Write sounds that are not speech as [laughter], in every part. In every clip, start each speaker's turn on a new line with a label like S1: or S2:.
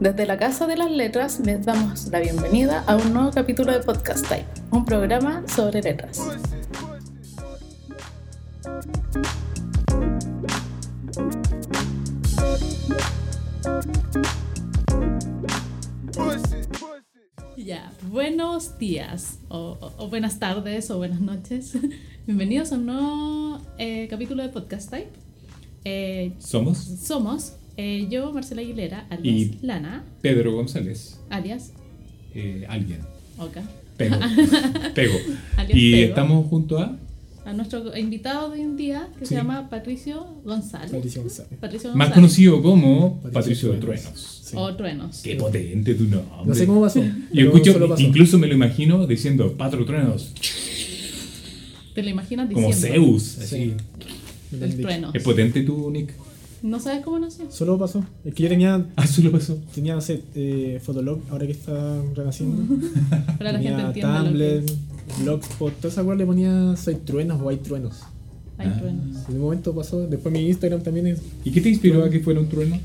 S1: Desde la Casa de las Letras les damos la bienvenida a un nuevo capítulo de Podcast Time, un programa sobre letras. Ya, buenos días, o, o- o buenas tardes, o buenas noches. [laughs] Bienvenidos a un nuevo eh, capítulo de Podcast Time. Eh,
S2: Somos
S1: somos eh, yo, Marcela Aguilera, alias
S2: Y-
S1: Lana,
S2: Pedro González,
S1: alias
S2: eh, alguien.
S1: Oka. [laughs]
S2: Pego. Pego.
S1: Alguien
S2: Y
S1: pego.
S2: estamos junto a.
S1: a nuestro invitado de hoy en día que se
S2: Sí.
S1: llama Patricio González.
S3: Patricio González.
S1: Patricio González.
S2: Más conocido como
S3: Patricio
S2: Patricio de
S3: Truenos.
S2: Truenos.
S3: Sí.
S1: O Truenos.
S2: Qué potente tu nombre.
S3: No sé cómo
S2: [laughs]
S3: pasó.
S2: Yo
S3: pero solo
S2: escucho,
S3: pasó.
S2: incluso me lo imagino diciendo Patro Truenos,
S1: ¿Te lo imaginas diciendo?
S2: como Zeus.
S3: Sí.
S2: Así.
S3: Me lo han
S1: El
S3: dicho.
S1: Truenos.
S2: Es potente tu nick.
S1: ¿No sabes cómo nació?
S3: Solo pasó. Es que yo tenía,
S2: Ah, eso lo pasó.
S3: tenía no sé, eh, Fotolog, ahora que está renaciendo.
S1: Para la gente
S3: Tenía
S1: entienda lo que
S3: Tumblr, Blogspot, toda esa cual le ponía Soy Truenos o Hay Truenos.
S1: hay
S2: Ah.
S1: Truenos.
S3: En un momento pasó. Después mi Instagram también es.
S2: ¿Y qué te inspiró a que fuera un trueno?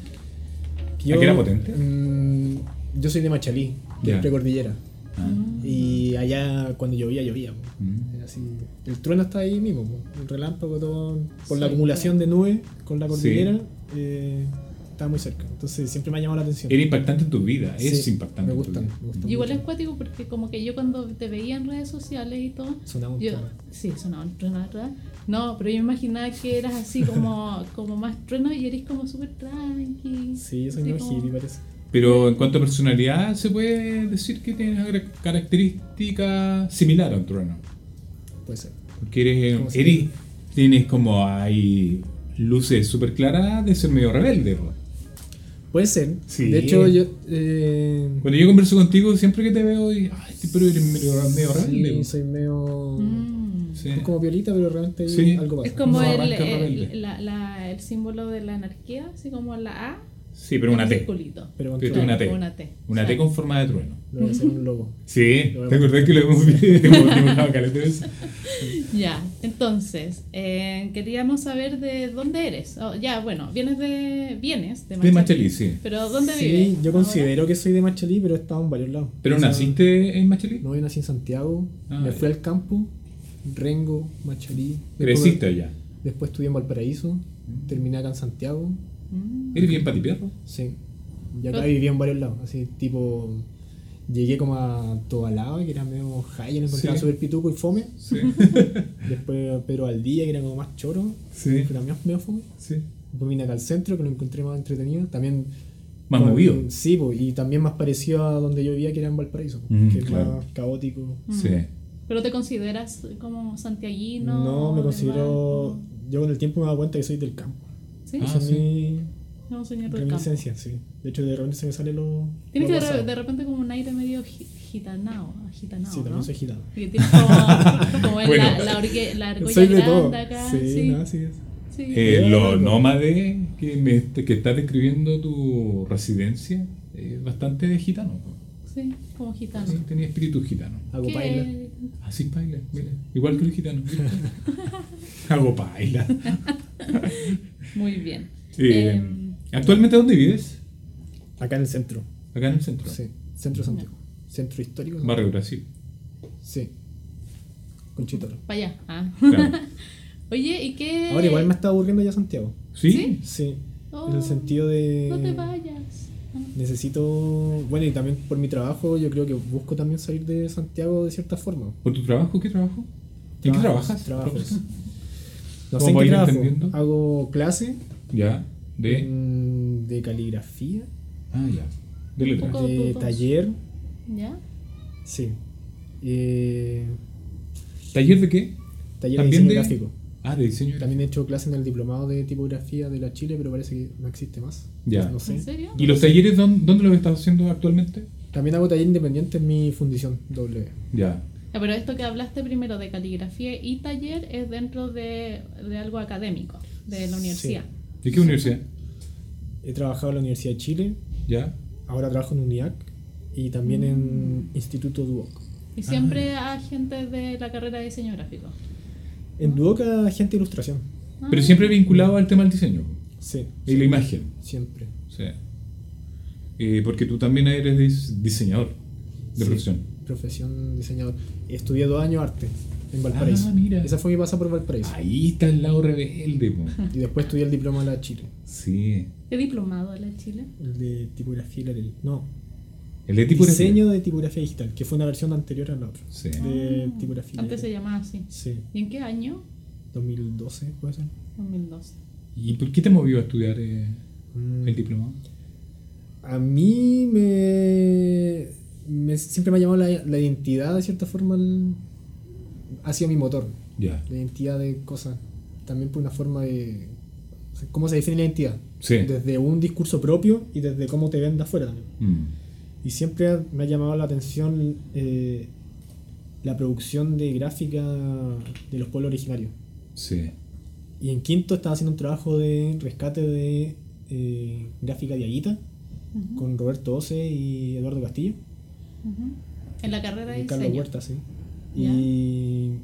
S3: que
S2: ¿A qué era potente?
S3: mm, yo soy de Machalí, de
S2: Ya.
S3: precordillera.
S2: Ah.
S3: Y allá cuando llovía, llovía. po.
S2: Mm.
S3: Era Eh, así. El trueno está ahí mismo, po. el relámpago, todo. Por la
S1: Sí,
S3: acumulación de nubes con la
S2: Sí.
S3: cordillera, eh, estaba muy cerca. Entonces siempre me ha llamado la atención.
S2: Era impactante en tu vida, es
S3: Sí,
S2: impactante.
S3: Me
S2: en tu
S3: gustan,
S2: vida.
S3: me gustan.
S1: Y Igual es
S3: mucho.
S1: cuático porque como que yo cuando te veía en redes sociales y todo...
S3: Sonaba un
S1: Yo,
S3: tema.
S1: sí, sonaba un trueno, ¿verdad? No, pero yo me imaginaba que eras así como, como más trueno y eres como súper tranqui.
S3: Sí, yo
S1: así
S3: soy medio
S1: como-
S3: hippie, parece.
S2: Pero en cuanto a personalidad, se puede decir que tienes agra- características similares a un trueno.
S3: Puede ser.
S2: Porque eres,
S3: ¿Cómo se
S2: eres-
S3: llama?
S2: tienes como hay luces súper claras de ser medio rebelde. po.
S3: Puede ser.
S2: Sí.
S3: De hecho, yo. Eh,
S2: Cuando yo converso contigo, siempre que te veo, y, ay, este pero eres medio, medio rebelde. po".
S3: sí, soy medio.
S1: Mm.
S2: Sí.
S3: Es como violita, pero realmente ahí
S2: Sí.
S3: algo pasa.
S1: Es como
S2: No,
S1: el,
S2: arranca rebelde.
S1: el, la- la- el símbolo de la anarquía, así como la A.
S2: Sí, pero una
S1: un
S2: T.
S1: circulito.
S3: Pero con
S2: Pero tú
S3: trueno.
S2: una T.
S1: con una T.
S2: Una
S1: Sí.
S2: T con forma de trueno.
S3: Lo voy a hacer un logo.
S2: Sí,
S3: Lo
S2: ¿te
S3: vemos.
S2: acordás que lo [laughs] hemos hemos dibujado caleta de veces?
S1: Ya, entonces, eh, queríamos saber de dónde eres. Oh, ya, bueno, vienes de. Vienes de
S2: De Machalí, sí.
S1: Pero ¿dónde
S3: sí,
S1: vives?
S3: yo
S1: ahora?
S3: considero que soy de Machalí, pero he estado en varios lados.
S2: ¿Pero
S3: O sea,
S2: naciste en Machalí?
S3: No, yo nací en Santiago,
S2: Ah,
S3: me
S2: ya.
S3: fui al campo, Rengo, Machalí. Después-
S2: Creciste Mm. allá.
S3: Después estudié en Valparaíso, terminé acá en Santiago,
S1: Mm.
S2: ¿Eres bien patipierro?
S3: sí. Y acá
S2: Ah.
S1: Pero-
S3: viví en varios lados, así tipo... Llegué como a Tobalaba, que era medio high, yo lo encontraba
S2: Sí.
S3: súper pituco y fome.
S2: Sí.
S3: Después a Pedro Aldía, que era como más choro,
S2: Sí.
S3: que también medio fome.
S2: sí.
S3: Después vine acá al centro, que lo encontré más entretenido. También...
S2: Más
S3: con-
S2: movido.
S3: Sí, po, y también más parecido a donde yo vivía, que era en Valparaíso, po,
S2: Mm,
S3: que es
S2: claro.
S3: más caótico.
S2: Sí.
S1: ¿Pero te consideras como santiaguino?
S3: No, me
S1: del
S3: considero...
S1: Valpo?
S3: Yo con el tiempo me he dado cuenta que soy del campo.
S1: Sí,
S2: Ah,
S3: Esa es
S2: sí.
S3: mi-
S1: es un señor del campo.
S3: Reminiscencia, sí. De hecho, de repente se me sale lo.
S1: Tienes
S3: lo
S1: que de,
S3: pasado.
S1: de repente como un aire medio gi- gitanao. gitanao
S3: Sí, también
S1: ¿no?
S3: soy gitano.
S1: Porque tienes como, [laughs] como el-
S2: Bueno.
S1: la, la, orgue- la argolla
S3: Soy de
S1: grande
S3: todo.
S1: acá.
S3: sí,
S1: sí.
S3: no, sí, es.
S1: sí.
S2: Eh,
S3: Bien,
S2: lo
S3: algo.
S2: nómade que, me, que está describiendo tu residencia es bastante de gitano.
S1: Sí, como gitano.
S2: Sí, tenía espíritu gitano.
S3: Hago
S1: ¿Qué?
S3: paila.
S2: Así paila, mira. Igual que los gitanos. Hago paila.
S1: Muy bien.
S2: Eh,
S1: Em,
S2: ¿Actualmente dónde vives?
S3: Acá en el centro.
S2: Acá en el centro.
S3: Sí, centro de Santiago. Centro histórico. ¿no?
S2: Barrio Brasil.
S3: Sí. Conchitoro.
S1: para allá.
S3: [laughs]
S1: Ah.
S2: Claro.
S1: Oye, ¿y qué?
S3: Ahora igual me está aburriendo ya Santiago.
S2: ¿Sí?
S1: ¿Sí?
S3: Sí.
S1: Oh,
S3: en el sentido de.
S1: No te vayas. Ah,
S3: Necesito. Bueno, y también por mi trabajo, yo creo que busco también salir de Santiago de cierta forma.
S2: ¿Por tu trabajo? ¿Qué trabajo? ¿En qué
S3: Trabajos,
S2: trabajas?
S3: Trabajos. No
S2: ¿Cómo
S3: sé en
S2: va a
S3: qué
S2: ir
S3: trabajo.
S2: entendiendo?
S3: Hago clase
S2: Ya. De.
S3: mm, de caligrafía.
S2: Ah, ya. De letras.
S1: Poco-
S3: de
S1: Todos.
S3: taller,
S1: ¿Ya?
S3: sí. Eh,
S2: ¿Taller de qué?
S3: taller de
S2: También
S3: diseño
S2: de.
S3: gráfico.
S2: Ah, de diseño gráfico.
S3: También he hecho clases en el diplomado de tipografía de la Chile, pero parece que no existe más.
S2: Ya.
S3: No
S1: ¿En
S3: sé.
S1: serio?
S2: ¿Y los talleres dónde, dónde los estás haciendo actualmente?
S3: También hago taller independiente en mi fundición doble.
S2: Ya.
S1: Ya, pero esto que hablaste primero de caligrafía y taller es dentro de, de algo académico, de la universidad.
S3: Ah,
S2: ¿De qué universidad?
S3: He trabajado en la Universidad de Chile,
S2: Ya.
S1: Mm.
S3: ahora trabajo en UNIAC y también en Instituto Duoc.
S1: Y siempre a gente de la carrera de diseño gráfico.
S3: En Duoca, gente de ilustración.
S2: Pero siempre vinculado al tema del diseño
S3: Sí,
S2: y la imagen.
S3: siempre.
S2: Sí. Eh, porque tú también eres dis- diseñador de
S3: Sí,
S2: profesión.
S3: Profesión diseñador. Estudié dos años arte en Valparaíso.
S2: Ah, mira.
S3: Esa fue mi pasa por Valparaíso.
S2: Ahí está el lado rebelde, po.
S3: Y después estudié el diploma de la Chile.
S2: Sí.
S1: He Ah, diplomado en la Chile.
S3: El de tipografía y lateral. No.
S2: El de tipo
S3: diseño de tipografía digital, que fue una versión anterior a la otra.
S2: Sí.
S3: De
S1: Ah,
S3: tipografía.
S1: Antes se llamaba así.
S3: Sí,
S1: ¿Y en qué año?
S3: 2012 puede ser.
S1: 2012.
S2: ¿Y por qué te movió a estudiar eh,
S3: Mm.
S2: el diplomado?
S3: A mí me, me- siempre me ha llamado la, la identidad, de cierta forma, el- ha sido mi motor.
S2: Ya.
S3: La identidad de cosas. También por una forma de... o sea, ¿Cómo se define la identidad?
S2: Sí.
S3: Desde un discurso propio y desde cómo te vende afuera también.
S2: Mm.
S3: Y siempre ha- me ha llamado la atención eh, la producción de gráfica de los pueblos originarios.
S2: Sí.
S3: Y en quinto estaba haciendo un trabajo de rescate de eh, gráfica de Aguita
S1: Ujú,
S3: con Roberto Ose y Eduardo Castillo.
S1: ujú. En la carrera de
S3: Y Carlos
S1: diseño.
S3: Huerta, sí.
S1: Ya.
S3: Y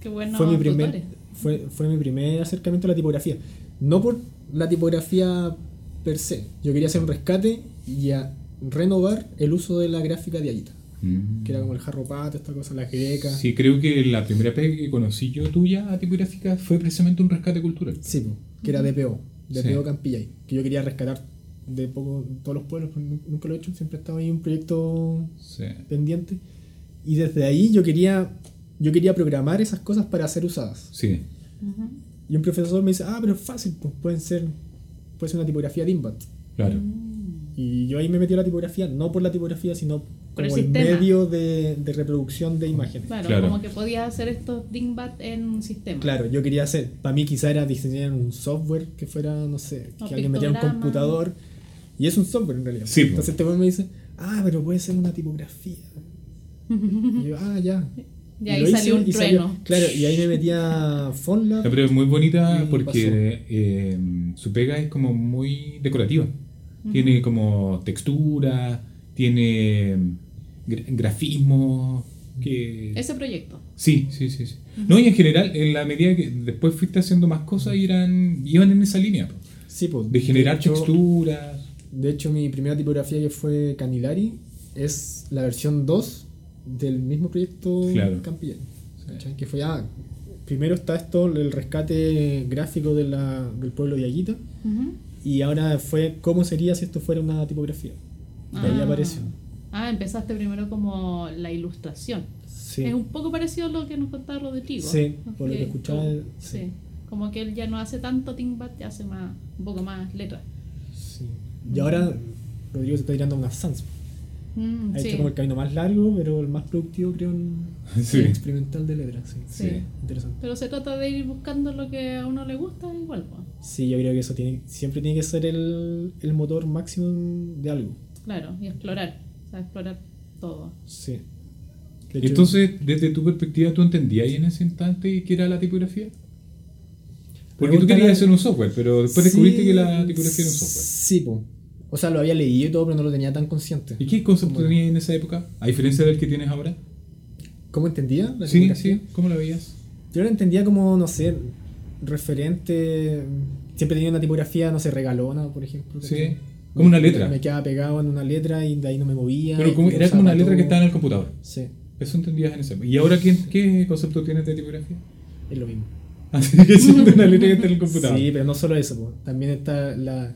S1: Qué bueno.
S3: fue, mi primer,
S1: tutores.
S3: fue, fue mi primer acercamiento a la tipografía. No por la tipografía per se. Yo quería hacer un rescate y a renovar el uso de la gráfica de Aguita.
S2: Mm.
S3: Que era como el jarropato, esta cosa, la greca.
S2: Sí, creo que la primera pega que conocí yo tuya a tipográfica fue precisamente un rescate cultural.
S3: Sí, po, que era DPO, DPO
S2: Sí.
S3: Campillay, que yo quería rescatar de poco todos los pueblos, pero nu- nunca lo he hecho, siempre estaba ahí un proyecto
S2: Sí.
S3: pendiente. Y desde ahí yo quería, yo quería programar esas cosas para ser usadas.
S2: Sí.
S1: Ujú.
S3: Y un profesor me dice, ah, pero es fácil, pues pueden ser, puede ser una tipografía de Inbat.
S2: Claro.
S3: Y yo ahí me metí a la tipografía, no por la tipografía, sino
S1: Por el
S3: como el
S1: sistema.
S3: medio de, de reproducción de imágenes.
S1: Claro,
S2: Claro.
S1: como que podías hacer estos dingbat en un sistema.
S3: Claro, yo quería hacer, para mí quizá era diseñar un software que fuera, no sé,
S1: O
S3: que alguien metiera un
S1: pictograma.
S3: computador. Y es un software en realidad.
S2: Sí, po.
S3: Entonces este weón me dice, ah, pero puede ser una tipografía. Y yo, ah,
S1: [laughs]
S3: ya.
S1: Y
S3: Y
S1: ahí
S3: lo hice,
S1: salió un
S3: y salió-
S1: trueno.
S3: claro, y ahí me metía
S2: Ya,
S3: FonLab.
S2: Pero es muy bonita
S3: Y
S2: porque eh, su pega es como muy decorativa. Tiene como textura, tiene mm, gra- grafismo. Que...
S1: Ese proyecto.
S2: Sí, sí, sí. sí. No, y en general, en la medida que después fuiste haciendo más cosas, eran, iban en esa línea. po,
S3: Sí, po.
S2: De generar
S3: hecho-
S2: texturas.
S3: De hecho, mi primera tipografía que fue Canilari es la versión 2 del mismo proyecto
S2: Claro.
S3: Campillay. ¿cachai? Que fue, ah, primero está esto, el rescate gráfico de la- del pueblo de Aguita.
S1: Ujú.
S3: Y ahora fue cómo sería si esto fuera una tipografía. De ahí
S1: Ah.
S3: apareció.
S1: Ah, empezaste primero como la ilustración.
S3: Sí.
S1: Es un poco parecido a lo que nos contaba Rodrigo.
S3: Sí, por lo que escuchaba,
S1: tú- Sí.
S3: sí.
S1: Como que él ya no hace tanto Dingbat, ya hace más, un poco más letras.
S3: Sí. Y ahora Rodrigo se está tirando una Sans.
S1: Mm,
S3: Ha
S1: sí.
S3: hecho como el camino más largo, pero el más productivo, creo, en
S2: [laughs] Sí.
S3: experimental de letras. Sí.
S1: Sí.
S2: Sí.
S3: Interesante.
S1: Pero se trata de ir buscando lo que a uno le gusta igual. pues.
S3: Sí, yo creo que eso tiene, siempre tiene que ser el, el motor máximo de algo.
S1: Claro, y explorar. O sea, explorar todo.
S3: Sí. De hecho,
S2: Entonces, desde tu perspectiva, ¿tú entendías ahí en ese instante qué era la tipografía? Porque tú
S3: Pregúntale-
S2: querías hacer un software, pero después descubriste
S3: sí,
S2: que la tipografía era un software.
S3: Sí, po. O sea, lo había leído y todo, pero no lo tenía tan consciente.
S2: ¿Y qué concepto
S3: Bueno.
S2: tenías en esa época? A diferencia del que tienes ahora.
S3: ¿Cómo entendía la
S2: Sí,
S3: tipografía?
S2: sí, ¿cómo la veías?
S3: Yo lo entendía como, no sé, referente. Siempre tenía una tipografía, no sé, regalona, por ejemplo.
S2: Sí,
S3: ¿cachai?
S2: como una
S3: Me-
S2: letra.
S3: Me quedaba pegado en una letra y de ahí no me movía.
S2: Pero como-
S3: y
S2: era
S3: usaba
S2: como una
S3: para
S2: letra que
S3: todo.
S2: estaba en el computador.
S3: Sí,
S2: Eso entendías en ese época. ¿Y ahora qué, qué concepto tienes de tipografía? [laughs]
S3: es lo mismo.
S2: Así que siendo una letra que está en el computador.
S3: Sí, pero no solo eso, po. también está la,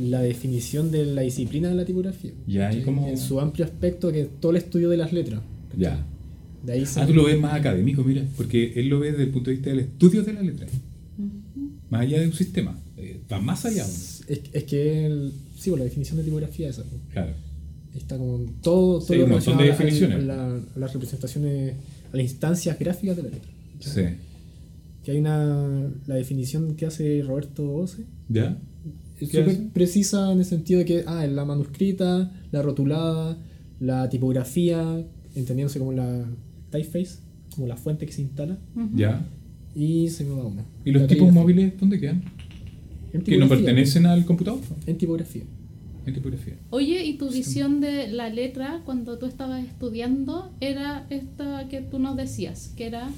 S3: la definición de la disciplina de la tipografía.
S2: Ya, ¿y
S3: ¿cachai?
S2: cómo-
S3: En su amplio aspecto, que es todo el estudio de las letras.
S2: Ya.
S3: De ahí se-
S2: Ah, tú lo ves más académico, mira. Porque él lo ve desde el punto de vista del estudio de la letra. Más allá de un sistema. Eh, va más allá. ¿no?
S3: es, es que, el- sí, po, la definición de tipografía es esa. po.
S2: Claro.
S3: Está como todo, todo
S2: Sí, hay un montón de definiciones.
S3: relacionado a, la- a las representaciones, a las instancias gráficas de la letra.
S2: Sí.
S3: Que hay una. La definición que hace Roberto Bose
S2: ¿Ya?
S3: es
S2: ¿Qué
S3: súper
S2: hace?
S3: precisa en el sentido de que, ah, en la manuscrita, la rotulada, la tipografía, entendiéndose como la typeface, como la fuente que se instala,
S1: Ujú.
S2: Ya.
S3: y se me va una.
S2: ¿Y los
S3: La
S2: tipos
S3: tipografía.
S2: móviles dónde quedan?
S3: En
S2: Que no
S3: tipografía,
S2: pertenecen al computador. ¿no?
S3: En tipografía.
S2: en tipografía.
S1: Oye, ¿y tu visión de la letra cuando tú estabas estudiando era esta que tú nos decías, que era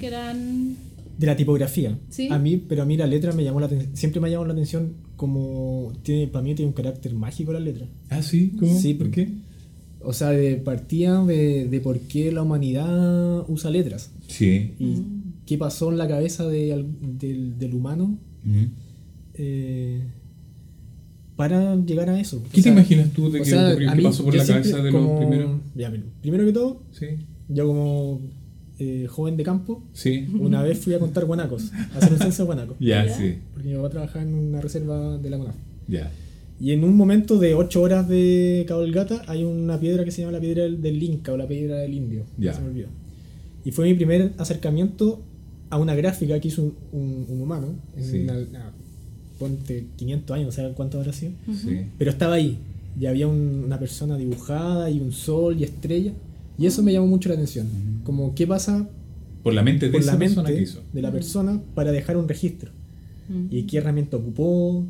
S1: que eran
S3: De la tipografía.
S1: Sí.
S3: A mí, pero a mí la letra me llamó la atención. Siempre me ha llamado la atención como tiene, para mí tiene un carácter mágico la letra.
S2: Ah, sí, ¿cómo?
S3: Sí.
S2: ¿Por qué?
S3: O sea, de partida de, de por qué la humanidad usa letras.
S2: Sí.
S3: Y
S1: Mm.
S3: qué pasó en la cabeza de al- del, del humano
S2: Mm.
S3: eh, para llegar a eso.
S2: ¿Qué
S3: O
S2: te
S3: sea,
S2: imaginas tú de
S3: o
S2: que,
S3: sea,
S2: ocurrió-
S3: a
S2: que
S3: mí-
S2: pasó por
S3: yo
S2: la
S3: siempre
S2: cabeza de
S3: como-
S2: los primeros?
S3: ya, mira, primero que todo,
S2: Sí,
S3: yo como eh, joven de campo,
S2: sí.
S3: una vez fui a contar guanacos, a hacer un censo de guanacos.
S2: [laughs] Ya,
S1: Ya.
S2: sí,
S3: Porque mi papá trabajaba en una reserva de la CONAF.
S2: ya.
S3: Y en un momento de 8 horas de cabalgata hay una piedra que se llama la piedra del, del Inca o la piedra del Indio.
S2: Ya.
S3: Se me olvidó. Y fue mi primer acercamiento a una gráfica que hizo un, un- un humano. en
S2: Sí.
S3: una- una- ponte 500 años, no sé cuánto habrá sido.
S2: Sí.
S3: Pero estaba ahí. Y había un- una persona dibujada y un sol y estrellas. Y eso me llamó mucho la atención.
S2: Ujú.
S3: Como qué pasa
S2: Por la mente de
S3: por
S2: esa
S3: la
S2: persona que
S3: mente
S2: hizo.
S3: de la persona para dejar un registro
S1: Mm.
S3: y qué herramienta ocupó.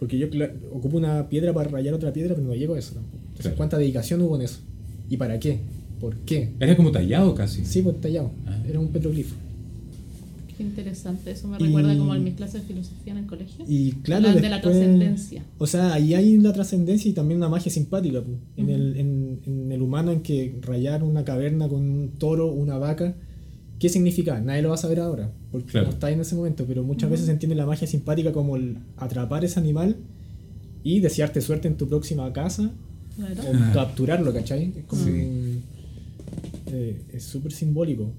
S3: Porque yo cla- ocupo una piedra para rayar otra piedra, pero no llego a eso tampoco. Entonces,
S2: Claro.
S3: ¿cuánta dedicación hubo en eso? ¿Y para qué? ¿Por qué?
S2: Era como tallado casi.
S3: Sí, pues tallado.
S2: Ah.
S3: Era un petroglifo.
S1: Qué interesante, eso me
S3: Y-
S1: recuerda como a mis clases de filosofía en el colegio.
S3: Y claro,
S1: La de la
S3: después-
S1: trascendencia.
S3: O sea, ahí hay la trascendencia y también una magia simpática pu, en,
S1: Ujú.
S3: el, en, en el humano, en que rayar una caverna con un toro, una vaca, ¿qué significa? Nadie lo va a saber ahora, porque
S2: Claro.
S3: no está ahí en ese momento, pero muchas
S1: Ujú.
S3: veces se entiende la magia simpática como el atrapar ese animal y desearte suerte en tu próxima casa
S1: Claro.
S3: o
S2: Ah.
S3: capturarlo, ¿cachai? Es como
S2: Sí.
S3: un- eh, es súper simbólico.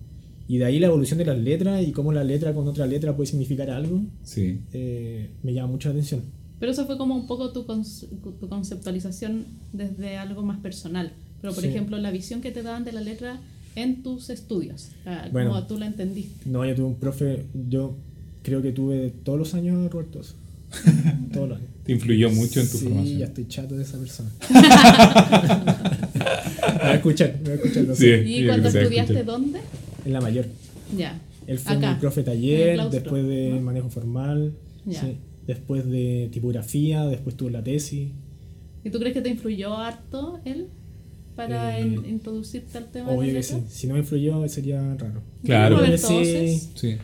S3: Y de ahí la evolución de las letras y cómo la letra con otra letra puede significar algo,
S2: Sí.
S3: eh, me llama mucho la atención.
S1: Pero eso fue como un poco tu, cons- tu conceptualización desde algo más personal. Pero, por
S3: Sí.
S1: ejemplo, la visión que te daban de la letra en tus estudios, ah,
S3: Bueno.
S1: como tú la entendiste.
S3: No, yo tuve un profe, yo creo que tuve todos los años a Roberto [laughs] Sosa. todos los años.
S2: Te influyó mucho en tu
S3: sí,
S2: formación.
S3: ya estoy chato de esa persona. [laughs] me va a escuchar, me va a escuchar. lo sé.
S2: Sí,
S1: ¿Y
S2: yo
S1: cuando
S2: creo que te
S1: estudiaste
S2: escuché.
S1: dónde?
S3: En la mayor.
S1: Ya.
S3: Él fue
S1: Acá,
S3: mi profe
S1: en el
S3: taller,
S1: claustro,
S3: después de
S1: ¿no?
S3: manejo formal,
S1: Ya.
S3: sí, después de tipografía, después tuve la tesis.
S1: ¿Y tú crees que te influyó harto él para
S3: Eh,
S1: in- introducirte al tema de
S3: Obvio
S1: la
S3: que
S1: letra?
S3: sí. Si no me influyó sería raro.
S2: Claro.
S1: Bueno,
S3: Pero sí-
S1: entonces,
S2: Sí.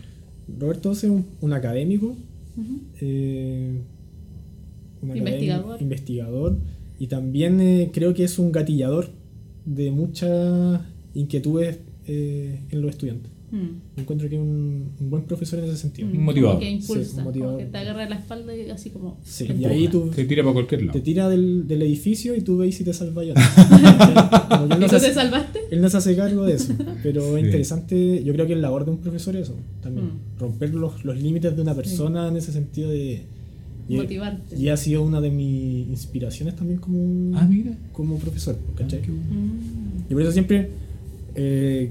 S3: Roberto Sosa es un, un académico,
S1: ujú,
S3: eh, un académico-
S1: Investigador.
S3: investigador, y también eh, creo que es un gatillador de muchas inquietudes eh, en los estudiantes.
S1: mm,
S3: Encuentro que es un, un buen profesor en ese sentido.
S1: mm,
S2: motivador.
S1: Como que
S2: Sí,
S1: impulsa,
S3: un motivador.
S1: como que te agarra la espalda y así como...
S3: Sí,
S1: te
S3: y ahí
S1: empuja.
S3: tú
S2: Te tira para cualquier lado.
S3: te tira del, del edificio y tú veis si te
S1: [laughs]
S3: salvas yo. Como que
S1: [laughs]
S3: él,
S1: ¿Y
S3: no se
S1: tú te
S3: hace,
S1: salvaste?
S3: él no se hace cargo de
S1: [laughs]
S3: eso, pero
S2: Sí.
S3: es interesante, yo creo que es labor de un profesor eso, también,
S1: Mm.
S3: romper los, los límites de una persona en ese sentido de... y-
S1: Motivarte.
S3: Y ha sido una de mis inspiraciones también como,
S2: Ah, mira.
S3: como profesor, ¿cachai?
S2: Ah, qué bueno.
S1: Mm,
S3: Y por eso siempre eh,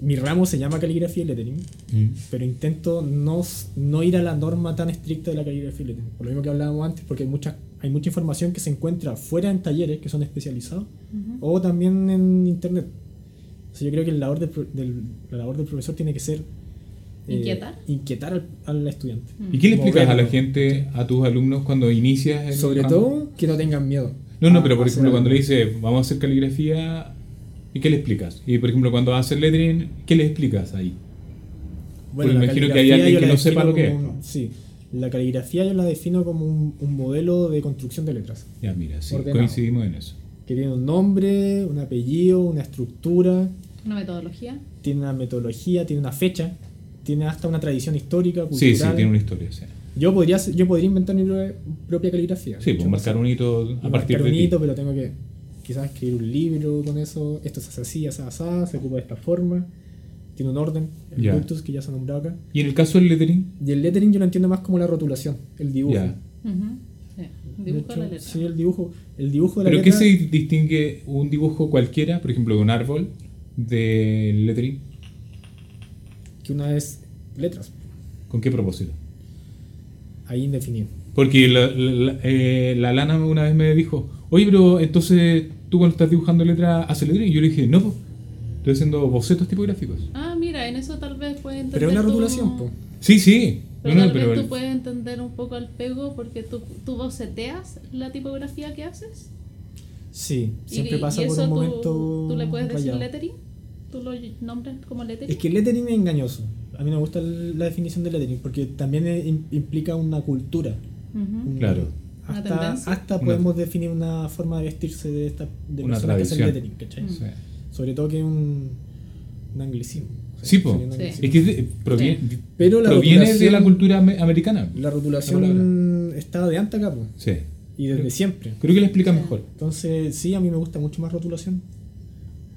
S3: mi ramo se llama caligrafía y lettering,
S2: Mm.
S3: pero intento no, s- no ir a la norma tan estricta de la caligrafía y lettering. Por lo mismo que hablábamos antes, porque hay mucha, hay mucha información que se encuentra fuera en talleres que son especializados
S1: ujú.
S3: o también en internet. O sea, yo creo que el labor del pro- del- la labor del profesor tiene que ser eh,
S1: Inquietar.
S3: inquietar al, al estudiante.
S1: Mm.
S2: ¿Y qué le explicas a la
S3: Moverlo.
S2: gente, a tus alumnos, cuando inicias? el
S3: Sobre
S2: ramo?
S3: todo que no tengan miedo.
S2: No, no,
S3: a-
S2: pero
S3: a
S2: por
S3: hacer
S2: ejemplo, cuando le
S3: algo.
S2: dices, vamos a hacer caligrafía, ¿y qué le explicas? Y por ejemplo, cuando vas a hacer lettering, ¿qué le explicas ahí? Porque
S3: la
S2: me pues, imagino que hay
S3: caligrafía
S2: alguien
S3: yo
S2: que
S3: la
S2: no sepa lo que
S3: defino como un- sí, la caligrafía yo la defino como un, un modelo de construcción de letras.
S2: Ya, mira, sí,
S3: Ordenado.
S2: coincidimos en eso.
S3: Que tiene un nombre, un apellido, una estructura,
S1: Una metodología.
S3: tiene una metodología, tiene una fecha, tiene hasta una tradición histórica, cultural.
S2: Sí, sí, tiene una historia. Sí,
S3: yo, podría, hacer- yo podría inventar mi pro- propia caligrafía.
S2: sí pues
S3: Yo
S2: marcar un hito
S3: puedo
S2: a partir
S3: marcar
S2: de
S3: un
S2: ti.
S3: hito, pero tengo que quizás escribir un libro con eso. Esto se hace así, así, así, se ocupa de esta forma. Tiene un orden, el
S2: Ya.
S3: cultus que ya se ha nombrado acá.
S2: Y en el caso del lettering,
S3: Y el lettering yo lo entiendo más como la rotulación, el dibujo.
S2: ya.
S1: Ujú, sí, Dibujo
S3: De
S1: de la
S3: hecho,
S1: letra.
S3: Sí, el dibujo, el dibujo de la
S2: ¿Pero qué
S3: letra.
S2: se distingue un dibujo cualquiera, por ejemplo, de un árbol, del lettering?
S3: Que una es letras,
S2: ¿Con qué propósito?
S3: ahí indefinido.
S2: Porque la, la- la- eh, la Lana una vez me dijo, oye, pero entonces tú cuando estás dibujando letras, haces lettering. Y yo le dije, no, po. estoy haciendo bocetos tipográficos.
S1: Ah, mira, en eso tal vez puede entender.
S3: Pero es una
S1: tu-
S3: rotulación, po.
S2: Sí, sí,
S1: Pero
S2: No, no,
S1: tal
S2: Mm, pero
S1: vez
S2: el-
S1: tú puedes entender un poco al pego porque tú, tú boceteas la tipografía que haces.
S3: Sí,
S1: Y-
S3: siempre
S1: y,
S3: pasa
S1: y
S3: por
S1: eso
S3: un
S1: tú-
S3: momento.
S1: Tú, le puedes decir
S3: rayado.
S1: lettering. Tú lo nombras como lettering.
S3: Es que el lettering es engañoso. A mí no me gusta el- la definición de lettering porque también eh, im- implica una cultura.
S1: Ujú.
S3: Un-
S2: Claro.
S1: Una
S3: Hasta,
S1: tendencia.
S3: hasta
S2: Una-
S3: podemos definir una forma de vestirse de esta de
S2: Una
S3: personas que hacen
S2: tradición.
S3: lettering, ¿cachai?
S1: Mm.
S2: Sí.
S3: Sobre todo que es un, un anglicismo. o sea,
S2: Sí, po.
S3: sería un
S1: Sí.
S3: anglicismo.
S2: Es que de- proviene,
S3: Pero la
S2: proviene de
S3: rotulación-
S2: la cultura ame- americana.
S3: La
S2: La
S3: rotulación
S2: palabra.
S3: está de anta acá, po,
S2: Sí.
S3: y desde siempre.
S2: Creo que la explica mejor.
S3: Entonces, sí, a mí me gusta mucho más rotulación.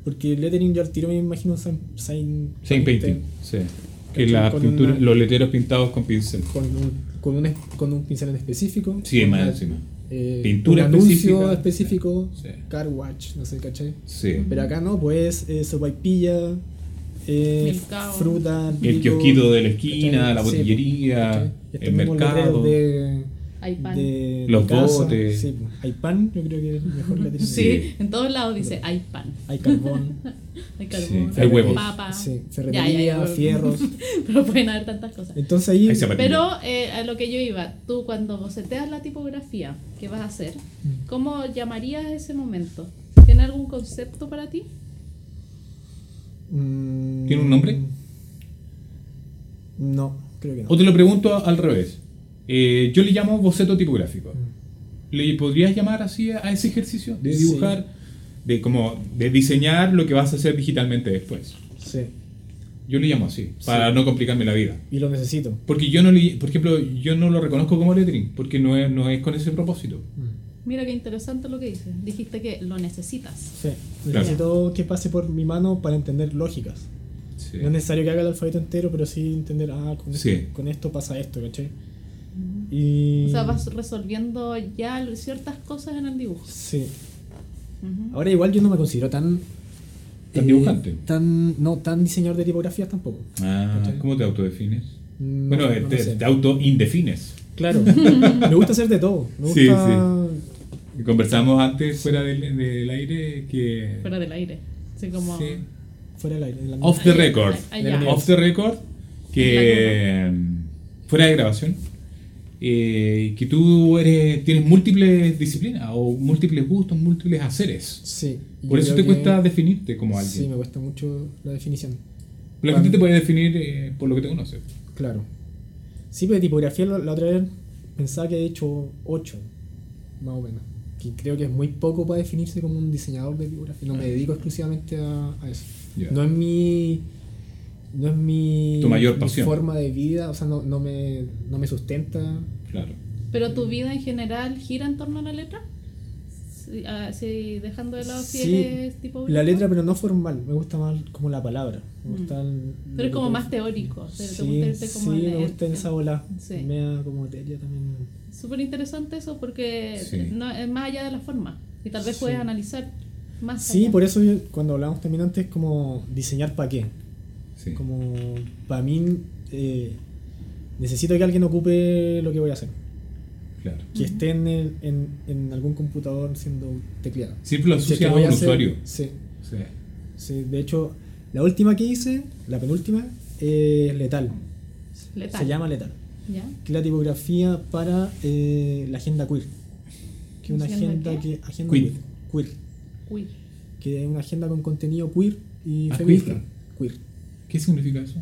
S3: Porque el lettering yo al tiro me imagino un sign, sign,
S2: Same painting. Sí. Que
S3: ¿Cachai?
S2: las
S3: Con
S2: pinturas,
S3: una-
S2: los letreros pintados con pincel.
S3: Con un, con, un, es- con un pincel en específico.
S2: Sí,
S3: con
S2: más
S3: una-
S2: encima.
S3: eh,
S2: Pintura
S3: un anuncio
S2: específica.
S3: específico,
S2: Sí.
S3: car watch, no sé, ¿cachai?
S2: Sí.
S3: Pero acá no, pues eh, sopaipilla, eh,
S1: Milcao.
S3: fruta,
S2: El
S3: pico,
S2: kiosquito de la esquina,
S3: ¿cachai?
S2: la
S3: Sí, pues, ¿cachai?
S2: botillería,
S3: Y estos
S2: el
S3: mismos letreros
S2: mercado.
S3: De,
S1: Hay pan.
S3: de
S2: Los
S3: de casa,
S2: botes.
S3: sí, pues. hay pan, yo creo que es mejor la
S1: [laughs] Sí,
S3: definición.
S2: Sí.
S1: en todos lados dice hay pan,
S3: Hay carbón,
S1: hay carbón,
S2: Sí, [laughs] hay huevos.
S1: papa.
S3: sí,
S1: Ya, ya,
S3: ferretería,
S1: ya, huevos. [laughs]
S3: fierros.
S1: Pero pueden haber tantas cosas.
S3: Entonces ahí.
S2: Ahí se aprende.
S1: Pero eh, a lo que yo iba, tú cuando boceteas la tipografía que vas a hacer,
S3: Mm.
S1: ¿cómo llamarías ese momento? ¿Tiene algún concepto para ti?
S3: Mm,
S2: ¿Tiene un nombre?
S3: No, creo que no.
S2: O te lo pregunto al revés. Eh, yo le llamo boceto tipográfico. ¿Le podrías llamar así a a ese ejercicio? De
S3: Sí.
S2: dibujar, de como de diseñar lo que vas a hacer digitalmente después.
S3: Sí,
S2: Yo le llamo así, para no complicarme la vida.
S3: y lo necesito.
S2: Porque yo no le, por ejemplo, yo no lo reconozco como lettering, porque no es, no es con ese propósito.
S1: Mira qué interesante lo que dices. Dijiste que lo necesitas.
S3: Sí,
S2: Claro.
S3: necesito que pase por mi mano para entender lógicas.
S2: Sí.
S3: No es necesario que haga el alfabeto entero, pero sí entender, ah, con,
S2: Sí.
S3: esto, con esto pasa esto, ¿cachai? Y...
S1: O sea, vas resolviendo ya ciertas cosas en el dibujo.
S3: Sí.
S1: Ujú.
S3: Ahora igual yo no me considero tan... eh,
S2: Tan dibujante.
S3: Tan, no, tan diseñador de tipografías tampoco.
S2: Ah,
S3: ¿Cachai?
S2: ¿Cómo te autodefines?
S3: No,
S2: bueno,
S3: no
S2: eh,
S3: lo
S2: te,
S3: sé.
S2: te autoindefines.
S3: [laughs] Claro. me gusta hacer de todo. Me gusta...
S2: Sí, Conversamos antes fuera del, del aire que...
S1: Fuera del aire. Así como...
S2: Sí.
S3: Fuera del aire. en la
S2: Off the
S1: Allá,
S2: record.
S1: allá.
S2: Off the record. Que mm, fuera de grabación. eh, que tú eres, tienes múltiples disciplinas o múltiples gustos, múltiples haceres.
S3: Sí. y
S2: Por
S3: yo
S2: eso te
S3: creo que-
S2: cuesta definirte como alguien.
S3: Sí, me cuesta mucho la definición.
S2: La gente te puede definir eh, por lo que te conoce.
S3: Claro. Sí, pero de tipografía la, la otra vez pensaba que he hecho 8, más o menos. Que creo que es muy poco para definirse como un diseñador de tipografía. No me dedico exclusivamente a, a eso.
S2: Ah. Ya.
S3: No es mi. No es mi.
S2: Tu mayor
S3: mi
S2: pasión.
S3: forma de vida, o sea, no, no me, no me sustenta.
S2: Claro.
S1: Pero tu vida en general gira en torno a la letra. Sí, ah, sí, dejando de lado si
S3: Sí,
S1: eres tipo.
S3: La letra, pero no formal. Me gusta más como la palabra. Me gusta el-
S1: Mm. Pero es como más teórico. te- te
S3: Sí,
S1: gusta irte como
S3: sí,
S1: en-
S3: me gusta en esa bola.
S1: Sí.
S3: Mea como teoría también.
S1: Súper interesante eso porque
S2: Sí.
S1: no, es más allá de la forma. Y tal vez
S3: Sí.
S1: puedes analizar más.
S3: Sí,
S1: allá.
S2: e-
S3: por eso yo- cuando hablábamos también antes, como diseñar para qué.
S2: Sí.
S3: Como para mí, eh, necesito que alguien ocupe lo que voy a hacer.
S2: Claro.
S3: Que esté en, el- en, en algún computador siendo tecleado.
S2: Siempre lo
S3: Si es que
S2: asocias a
S3: voy
S2: un
S3: a hacer-
S2: usuario.
S3: Sí,
S2: Sí.
S3: sí. De hecho, la última que hice, la penúltima, es letal.
S1: Letal.
S3: Se llama letal.
S1: ¿Ya?
S3: Que es la tipografía para eh, la agenda queer. Que es una
S1: ¿Agenda
S3: agenda,
S1: qué?
S3: que. Agenda
S2: Queer.
S3: queer. Queer.
S2: [laughs]
S1: Uy.
S3: Que es una agenda con contenido queer y
S2: Ah,
S3: feminista. queer.
S2: ¿Qué significa eso?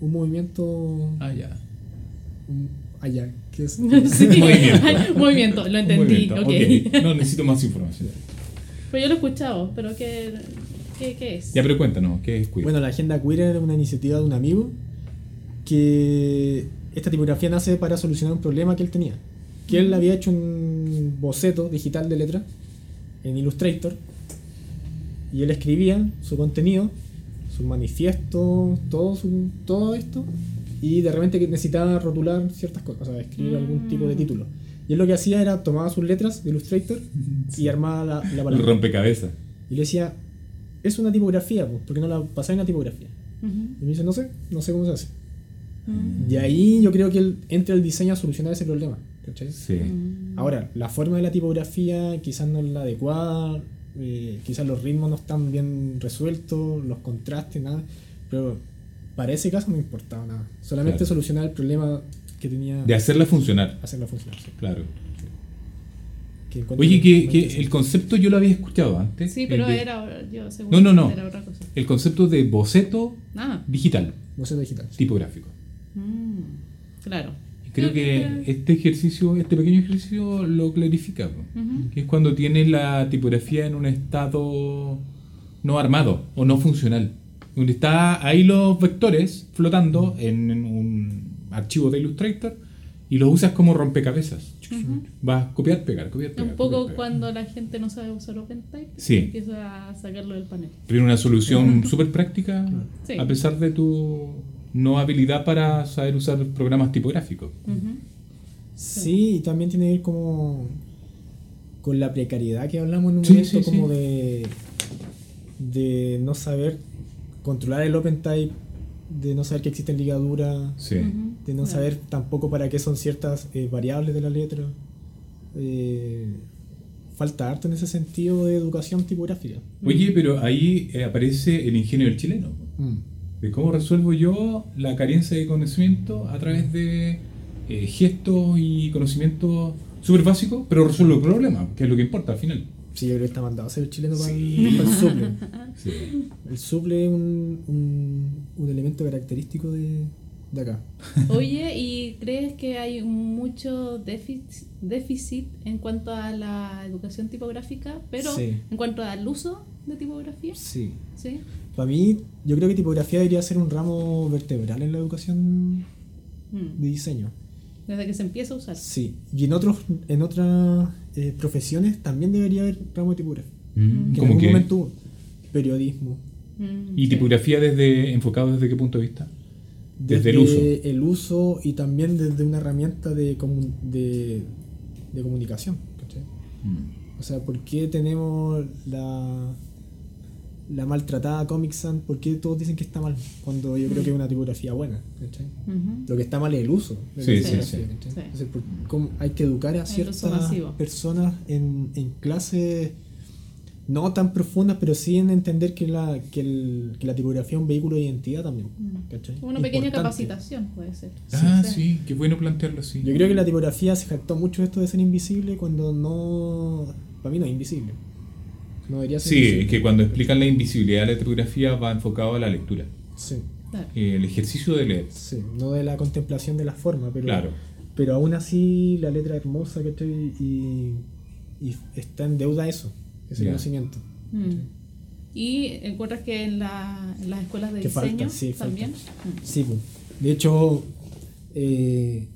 S3: un movimiento
S2: Ah, ya.
S3: un- allá,
S1: [laughs]
S2: [laughs]
S3: que es
S1: Sí.
S2: Movimiento.
S1: Ay, movimiento, lo
S2: Un
S1: entendí.
S2: movimiento,
S1: ok.
S2: ok. No, necesito más información.
S1: [laughs] Pues yo lo he escuchado, pero ¿qué, qué, qué es?
S2: Ya, pero cuéntanos, ¿qué es queer?
S3: Bueno, la Agenda Queer era una iniciativa de un amigo que esta tipografía nace para solucionar un problema que él tenía. Que él había hecho un boceto digital de letra en Illustrator y él escribía su contenido, sus manifiestos, todo, su- todo esto y de repente que necesitaba rotular ciertas cosas, o sea, escribir algún tipo de
S1: Mm.
S3: título. Y él lo que hacía era tomaba sus letras de Illustrator y armaba la, la
S2: el
S3: palabra.
S2: rompecabezas.
S3: Y le decía, es una tipografía, pues, ¿por qué no la pasáis en una tipografía?
S1: Ujú.
S3: Y me dice, no sé, no sé cómo se hace.
S1: Mm.
S3: Y ahí yo creo que él entra el diseño a solucionar ese problema. ¿cachai?
S2: Sí.
S1: Mm.
S3: Ahora, la forma de la tipografía quizás no es la adecuada, eh, quizás los ritmos no están bien resueltos, los contrastes, nada. Pero para ese caso no importaba nada. Solamente
S2: Claro.
S3: solucionar el problema que tenía
S2: De hacerla funcionar,
S3: hacerla funcionar. sí.
S2: claro.
S3: Que encuentro
S2: Oye, que,
S3: bastante
S2: que el concepto yo lo había escuchado antes.
S1: Sí,
S2: el
S1: pero
S2: eh, de-
S1: era yo según
S2: No, no, no.
S1: era otra cosa.
S2: El concepto de boceto
S1: Ah,
S2: digital,
S3: boceto digital. sí.
S2: tipográfico.
S1: mm, claro.
S2: Y Creo que este ejercicio, este pequeño ejercicio lo clarifica, po.
S1: Ujú.
S2: que es cuando tienes la tipografía en un estado no armado o no funcional, donde está ahí los vectores flotando en un archivo de Illustrator y los usas como rompecabezas.
S1: Ujú.
S2: Vas a copiar, pegar, copiar, pegar.
S1: Un poco
S2: copiar, pegar.
S1: cuando la gente no sabe usar OpenType,
S2: Sí.
S1: empieza a sacarlo del panel.
S2: Tiene una solución súper práctica,
S1: Sí.
S2: a pesar de tu no habilidad para saber usar programas tipográficos.
S1: Ujú.
S3: Sí, y también tiene que ver como con la precariedad que hablamos en un
S2: Sí,
S3: momento,
S2: sí, sí.
S3: como de, de no saber controlar el OpenType, de no saber que existen ligaduras,
S2: Sí.
S1: Ujú.
S3: de no
S1: Claro.
S3: saber tampoco para qué son ciertas eh, variables de la letra. Eh, falta harto en ese sentido de educación tipográfica.
S2: Oye, pero ahí eh, aparece el ingenio del chileno. de cómo resuelvo yo la carencia de conocimiento a través de eh, gestos y conocimientos súper básicos, pero resuelvo el problema, que es lo que importa al final.
S3: Sí, yo creo que está mandado a ser el chileno para
S2: Sí.
S3: el, para el
S2: [laughs]
S3: suple.
S2: Sí,
S3: El suple es un, un- un elemento característico de, de acá.
S1: Oye, ¿y crees que hay mucho déficit, déficit en cuanto a la educación tipográfica, pero
S3: Sí.
S1: en cuanto al uso de tipografía?
S3: Sí.
S1: Sí.
S3: Para mí, yo creo que tipografía debería ser un ramo vertebral en la educación
S1: Mm.
S3: de diseño.
S1: Desde que se empieza a usar.
S3: Sí. Y en otros en otras eh, profesiones también debería haber ramo de tipografía.
S2: Mm,
S3: Que en
S2: como
S3: algún
S2: que-
S3: momento hubo. periodismo.
S1: Mm,
S2: ¿Y
S1: sí.
S2: tipografía desde enfocado desde qué punto de vista? Desde el
S3: el uso y también desde una herramienta de, comu- de, de comunicación. ¿cachai?
S2: Mm.
S3: O sea, ¿por qué tenemos la, la maltratada Comic Sans? ¿Por qué todos dicen que está mal? Cuando yo creo que es una tipografía buena. ¿cachai?
S1: Ujú.
S3: Lo que está mal es el uso. de la
S2: Sí,
S1: sí,
S3: tipografía,
S2: sí.
S3: ¿cachai?
S1: Sí.
S3: Entonces, por- cómo hay que educar a
S1: uso
S3: ciertas
S1: masivo.
S3: personas en, en clases no tan profundas, pero sí en entender que la, que el- que la tipografía es un vehículo de identidad también.
S1: Mm.
S3: ¿cachai?
S1: Una pequeña
S3: Importante.
S1: capacitación puede ser.
S2: Ah, sí, qué bueno plantearlo así.
S3: Yo creo que la tipografía se jactó mucho de esto de ser invisible cuando no. Para mí no es invisible. No debería ser
S2: Sí,
S3: invisible.
S2: es que cuando explican la invisibilidad de la tipografía va enfocado a la lectura,
S3: Sí,
S1: Claro.
S2: eh, el ejercicio de leer.
S3: sí, no de la contemplación de la forma, pero.
S2: Claro.
S3: Pero aún así, la letra hermosa que estoy. Y, y está en deuda a eso, ese
S2: Ya.
S3: conocimiento.
S1: Mm. ¿Y encuentras que en, la- en las escuelas de
S3: Que falta,
S1: diseño
S3: sí, falta.
S1: también?
S3: Sí, pues. De hecho, eh,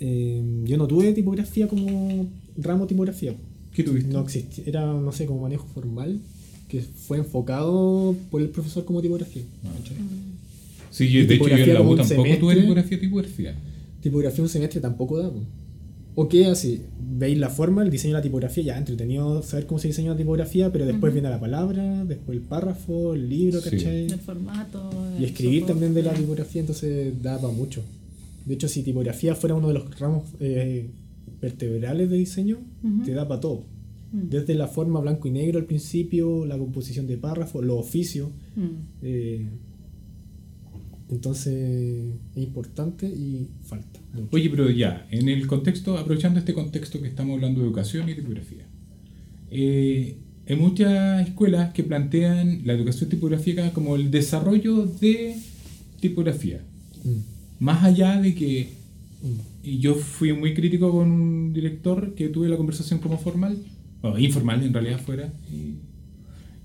S3: eh, yo no tuve tipografía como ramo tipografía.
S2: ¿Qué tuviste?
S3: no existía, era, no sé, como manejo formal, que fue enfocado por el profesor como tipografía.
S2: Ah,
S3: ¿cachai?
S1: Mm.
S2: Sí, yo-
S3: ¿Y
S2: de hecho yo en
S3: tipografía
S2: la
S3: como
S2: U
S3: un
S2: tampoco tuve
S3: semestre?
S2: tipografía, tipografía.
S3: Tipografía un semestre tampoco da. po. ¿O qué así? Veis la forma, el diseño de la tipografía, ya entretenido saber cómo se diseña una tipografía, pero después
S1: Ujú.
S3: viene la palabra, después el párrafo, el libro,
S2: Sí.
S3: ¿cachai?
S1: El formato.
S3: Y
S1: el
S3: escribir
S1: soporte.
S3: también de la tipografía, entonces da para mucho. De hecho, si tipografía fuera uno de los ramos eh, vertebrales de diseño,
S1: Ujú.
S3: te da para todo.
S1: Mm.
S3: Desde la forma blanco y negro al principio, la composición de párrafos, los oficios.
S1: Mm.
S3: eh, entonces, es importante y falta. mucho.
S2: Oye, pero ya, en el contexto, aprovechando este contexto que estamos hablando de educación y tipografía, eh, hay muchas escuelas que plantean la educación tipográfica como el desarrollo de tipografía,
S3: Mm,
S2: más allá de que
S3: mm.
S2: y yo fui muy crítico con un director que tuve la conversación como formal, o informal en realidad fuera, y-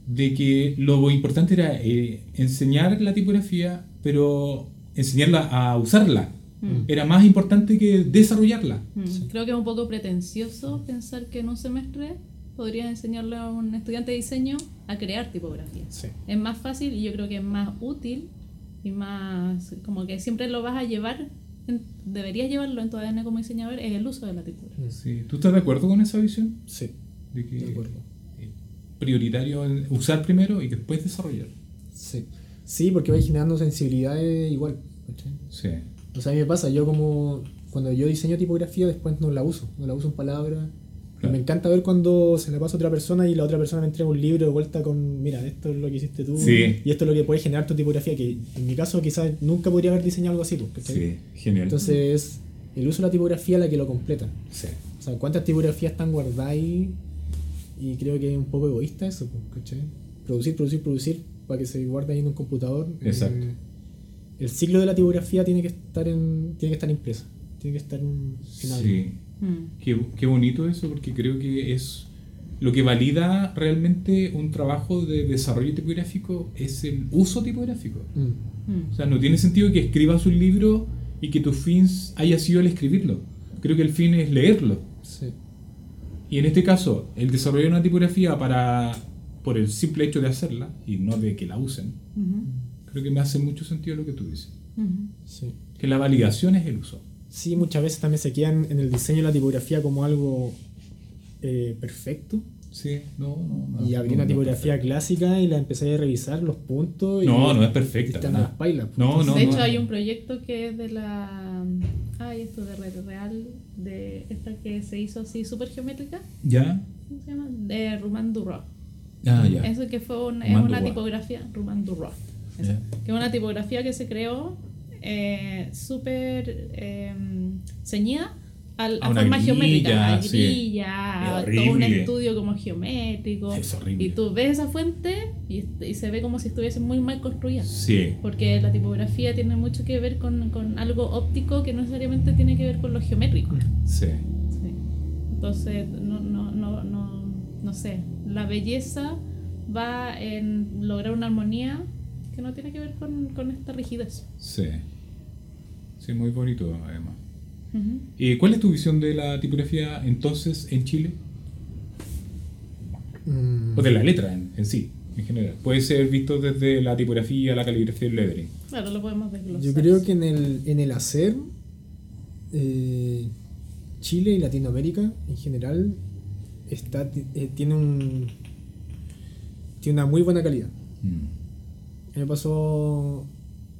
S2: de que lo importante era eh, enseñar la tipografía, pero enseñarla a usarla.
S1: Mm.
S2: Era más importante que desarrollarla.
S1: Mm, Creo que es un poco pretencioso pensar que en un semestre podrías enseñarle a un estudiante de diseño a crear tipografía.
S3: Sí.
S1: Es más fácil y yo creo que es más útil y más como que siempre lo vas a llevar, en- deberías llevarlo en tu ADN como diseñador, es el uso de la tipografía.
S3: Mm,
S2: Sí, ¿Tú estás de acuerdo con esa visión?
S3: sí,
S2: De que
S3: de acuerdo.
S2: eh, prioritario es usar primero y después desarrollar.
S3: Sí. Sí, porque va generando sensibilidades igual. ¿cachai?
S2: Sí.
S3: O sea, a mí me pasa, yo como cuando yo diseño tipografía después no la uso, no la uso en palabras,
S2: Claro.
S3: Me encanta ver cuando se la pasa a otra persona y la otra persona me entrega un libro de vuelta con, mira, esto es lo que hiciste tú
S2: Sí.
S3: y esto es lo que puede generar tu tipografía, que en mi caso quizás nunca podría haber diseñado algo así. pues, ¿cachai?
S2: Sí, genial.
S3: Entonces, el uso de la tipografía la que lo completa.
S2: Sí.
S3: O sea, ¿cuántas tipografías están guardadas ahí? Y creo que es un poco egoísta eso, pues, ¿cachai? Producir, producir, producir para que se guarde ahí en un computador.
S2: Exacto.
S3: Eh, el ciclo de la tipografía tiene que estar en tiene que estar impresa, tiene que estar en, en algo.
S2: Sí.
S1: Mm.
S2: Qué, qué bonito eso, porque creo que es lo que valida realmente un trabajo de desarrollo tipográfico es el uso tipográfico.
S3: Mm.
S1: Mm.
S2: O sea, no tiene sentido que escribas un libro y que tu fin haya sido el escribirlo. Creo que el fin es leerlo.
S3: Sí.
S2: Y en este caso, el desarrollo de una tipografía para por el simple hecho de hacerla y no de que la usen,
S1: Ujú.
S2: creo que me hace mucho sentido lo que tú dices.
S1: Ujú.
S3: Sí.
S2: Que la validación es el uso.
S3: Sí, muchas veces también se quedan en el diseño de la tipografía como algo eh, perfecto.
S2: Sí, no, no. no,
S3: y abrí
S2: Ah, no,
S3: una
S2: no,
S3: tipografía clásica y la empecé a revisar los puntos. y
S2: No, no es
S3: y
S2: perfecta.
S3: están las
S2: nada.
S3: pailas. pues.
S2: Oh, No, no,
S1: de
S2: no,
S1: hecho,
S2: no.
S1: hay un proyecto que es de la. Ay, esto de Red Real, de esta que se hizo así súper geométrica.
S2: ¿Ya?
S1: ¿Cómo se llama? De Rumán Duró.
S2: Ah, ya.
S1: Eso que fue un- es
S2: Rumán
S1: una
S2: Duró.
S1: tipografía. Rumán Duró. Eso.
S2: Ya.
S1: Que es una tipografía que se creó eh, súper eh, ceñida al-
S2: A
S1: a,
S2: una
S1: forma
S2: grilla,
S1: geométrica, a
S2: sí.
S1: grilla, a
S2: Es
S1: todo un
S2: horrible.
S1: estudio como geométrico.
S2: Es horrible.
S1: Y tú ves esa fuente y, y se ve como si estuviese muy mal construida.
S2: Sí,
S1: Porque la tipografía tiene mucho que ver con, con algo óptico que no necesariamente tiene que ver con lo geométrico.
S2: sí.
S1: Sí. Entonces, no, no, no, no, no sé, la belleza va en lograr una armonía que no tiene que ver con, con esta rigidez.
S2: Sí. Sí, muy bonito además.
S1: Ujú.
S2: Eh, ¿Cuál es tu visión de la tipografía entonces en Chile?
S3: Mm.
S2: O de la letra en, en sí, en general. Puede ser visto desde la tipografía, la caligrafía y el lettering.
S1: Claro, lo podemos desglosar.
S3: Yo creo que en el, en el hacer, eh, Chile y Latinoamérica en general está, ti- eh, tiene, un, tiene una muy buena calidad. Mm. Me pasó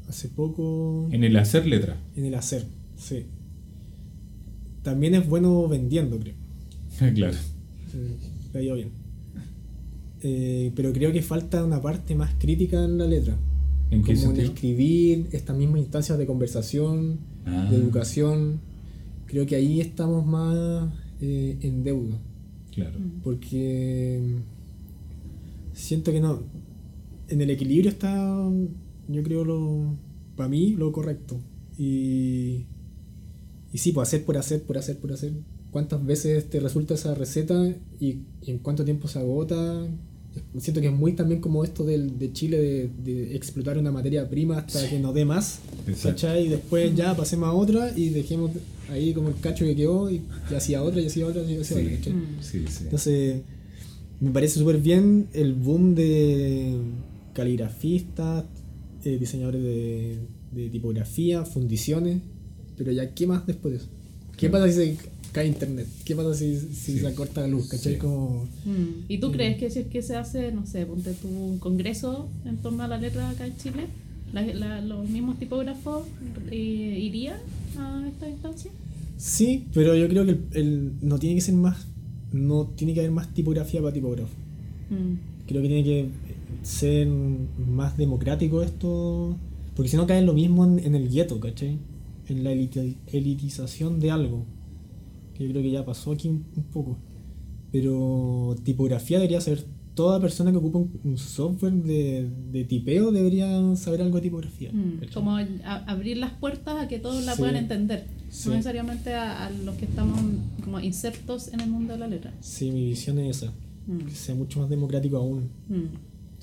S3: hace poco
S2: En el hacer letra. [laughs]
S3: en el hacer, sí. También es bueno vendiendo, creo.
S2: claro.
S3: Eh, le ha ido bien. Eh, pero creo que falta una parte más crítica en la letra.
S2: ¿En qué
S3: como en
S2: sentido?
S3: escribir, estas mismas instancias de conversación,
S2: Ah.
S3: de educación. Creo que ahí estamos más eh, en deuda.
S2: Claro.
S1: Mm.
S3: Porque siento que no. En el equilibrio está, yo creo, lo para mí, lo correcto. Y, y sí, pues hacer por hacer, por hacer, por hacer. ¿Cuántas veces te resulta esa receta y, y en cuánto tiempo se agota? Siento que es muy también como esto del, de Chile de, de explotar una materia prima hasta que nos dé más.
S1: Mm.
S2: Exacto.
S3: ¿cachai? Y después ya pasemos a otra y dejemos ahí como el cacho que quedó y, y hacía otra, y hacía otra, y hacía
S2: Sí.
S3: otra. ¿cachai?
S1: Mm.
S2: Sí, sí.
S3: Entonces, me parece súper bien el boom de caligrafistas, eh, diseñadores de, de tipografía, fundiciones, pero ya, ¿qué más después de eso? ¿Qué
S2: Claro.
S3: pasa si se cae internet? ¿Qué pasa si, si
S2: Sí.
S3: se corta la luz? ¿Cachai?
S2: Sí.
S3: Como,
S1: Mm. ¿Y tú
S3: Mm.
S1: crees que si es que se hace, no sé, ponte tú un congreso en torno a la letra acá en Chile, la- la- los mismos tipógrafos eh, irían a esta instancia?
S3: Sí, pero yo creo que el- el- no tiene que ser más, no tiene que haber más tipografía para tipógrafo.
S1: Mm.
S3: Creo que tiene que ser más democrático esto, porque si no cae en lo mismo en, en el gueto, ¿cachai? En la eliti- elitización de algo, que yo creo que ya pasó aquí un, un poco. Pero tipografía debería ser, toda persona que ocupa un, un software de, de tipeo debería saber algo de tipografía.
S1: Mm,
S3: ¿cachai?
S1: Como el- a- abrir las puertas a que todos la
S3: Sí.
S1: puedan entender,
S3: Sí.
S1: no necesariamente a, a los que estamos como insertos en el mundo de la letra.
S3: Sí, mi visión es esa, que
S1: Mm,
S3: sea mucho más democrático aún.
S1: mm,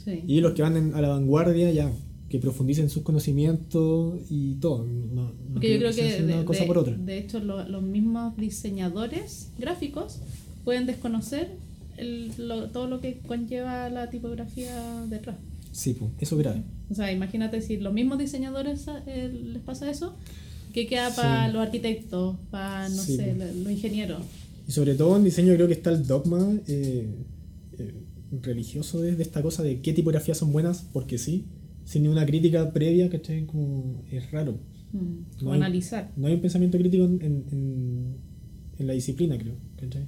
S1: sí.
S3: Y los que van en- a la vanguardia ya, que profundicen sus conocimientos y todo. No, no
S1: Porque yo creo que
S3: sea una
S1: de,
S3: cosa
S1: de-
S3: por otra.
S1: de hecho lo- los mismos diseñadores gráficos pueden desconocer el- lo- todo lo que conlleva la tipografía detrás.
S3: Sí, pues, eso es grave.
S1: O sea, imagínate si los mismos diseñadores eh, les pasa eso, que queda para
S3: Sí.
S1: los arquitectos, para, no
S3: Sí,
S1: sé,
S3: pues.
S1: lo- los ingenieros.
S3: Y sobre todo en diseño creo que está el dogma eh, eh, religioso de, de esta cosa de qué tipografías son buenas porque sí, sin ninguna crítica previa, ¿cachai? Como es raro.
S1: Mm,
S3: No
S1: o
S3: hay-
S1: analizar.
S3: No hay un pensamiento crítico en, en- en- en la disciplina, creo, ¿cachai?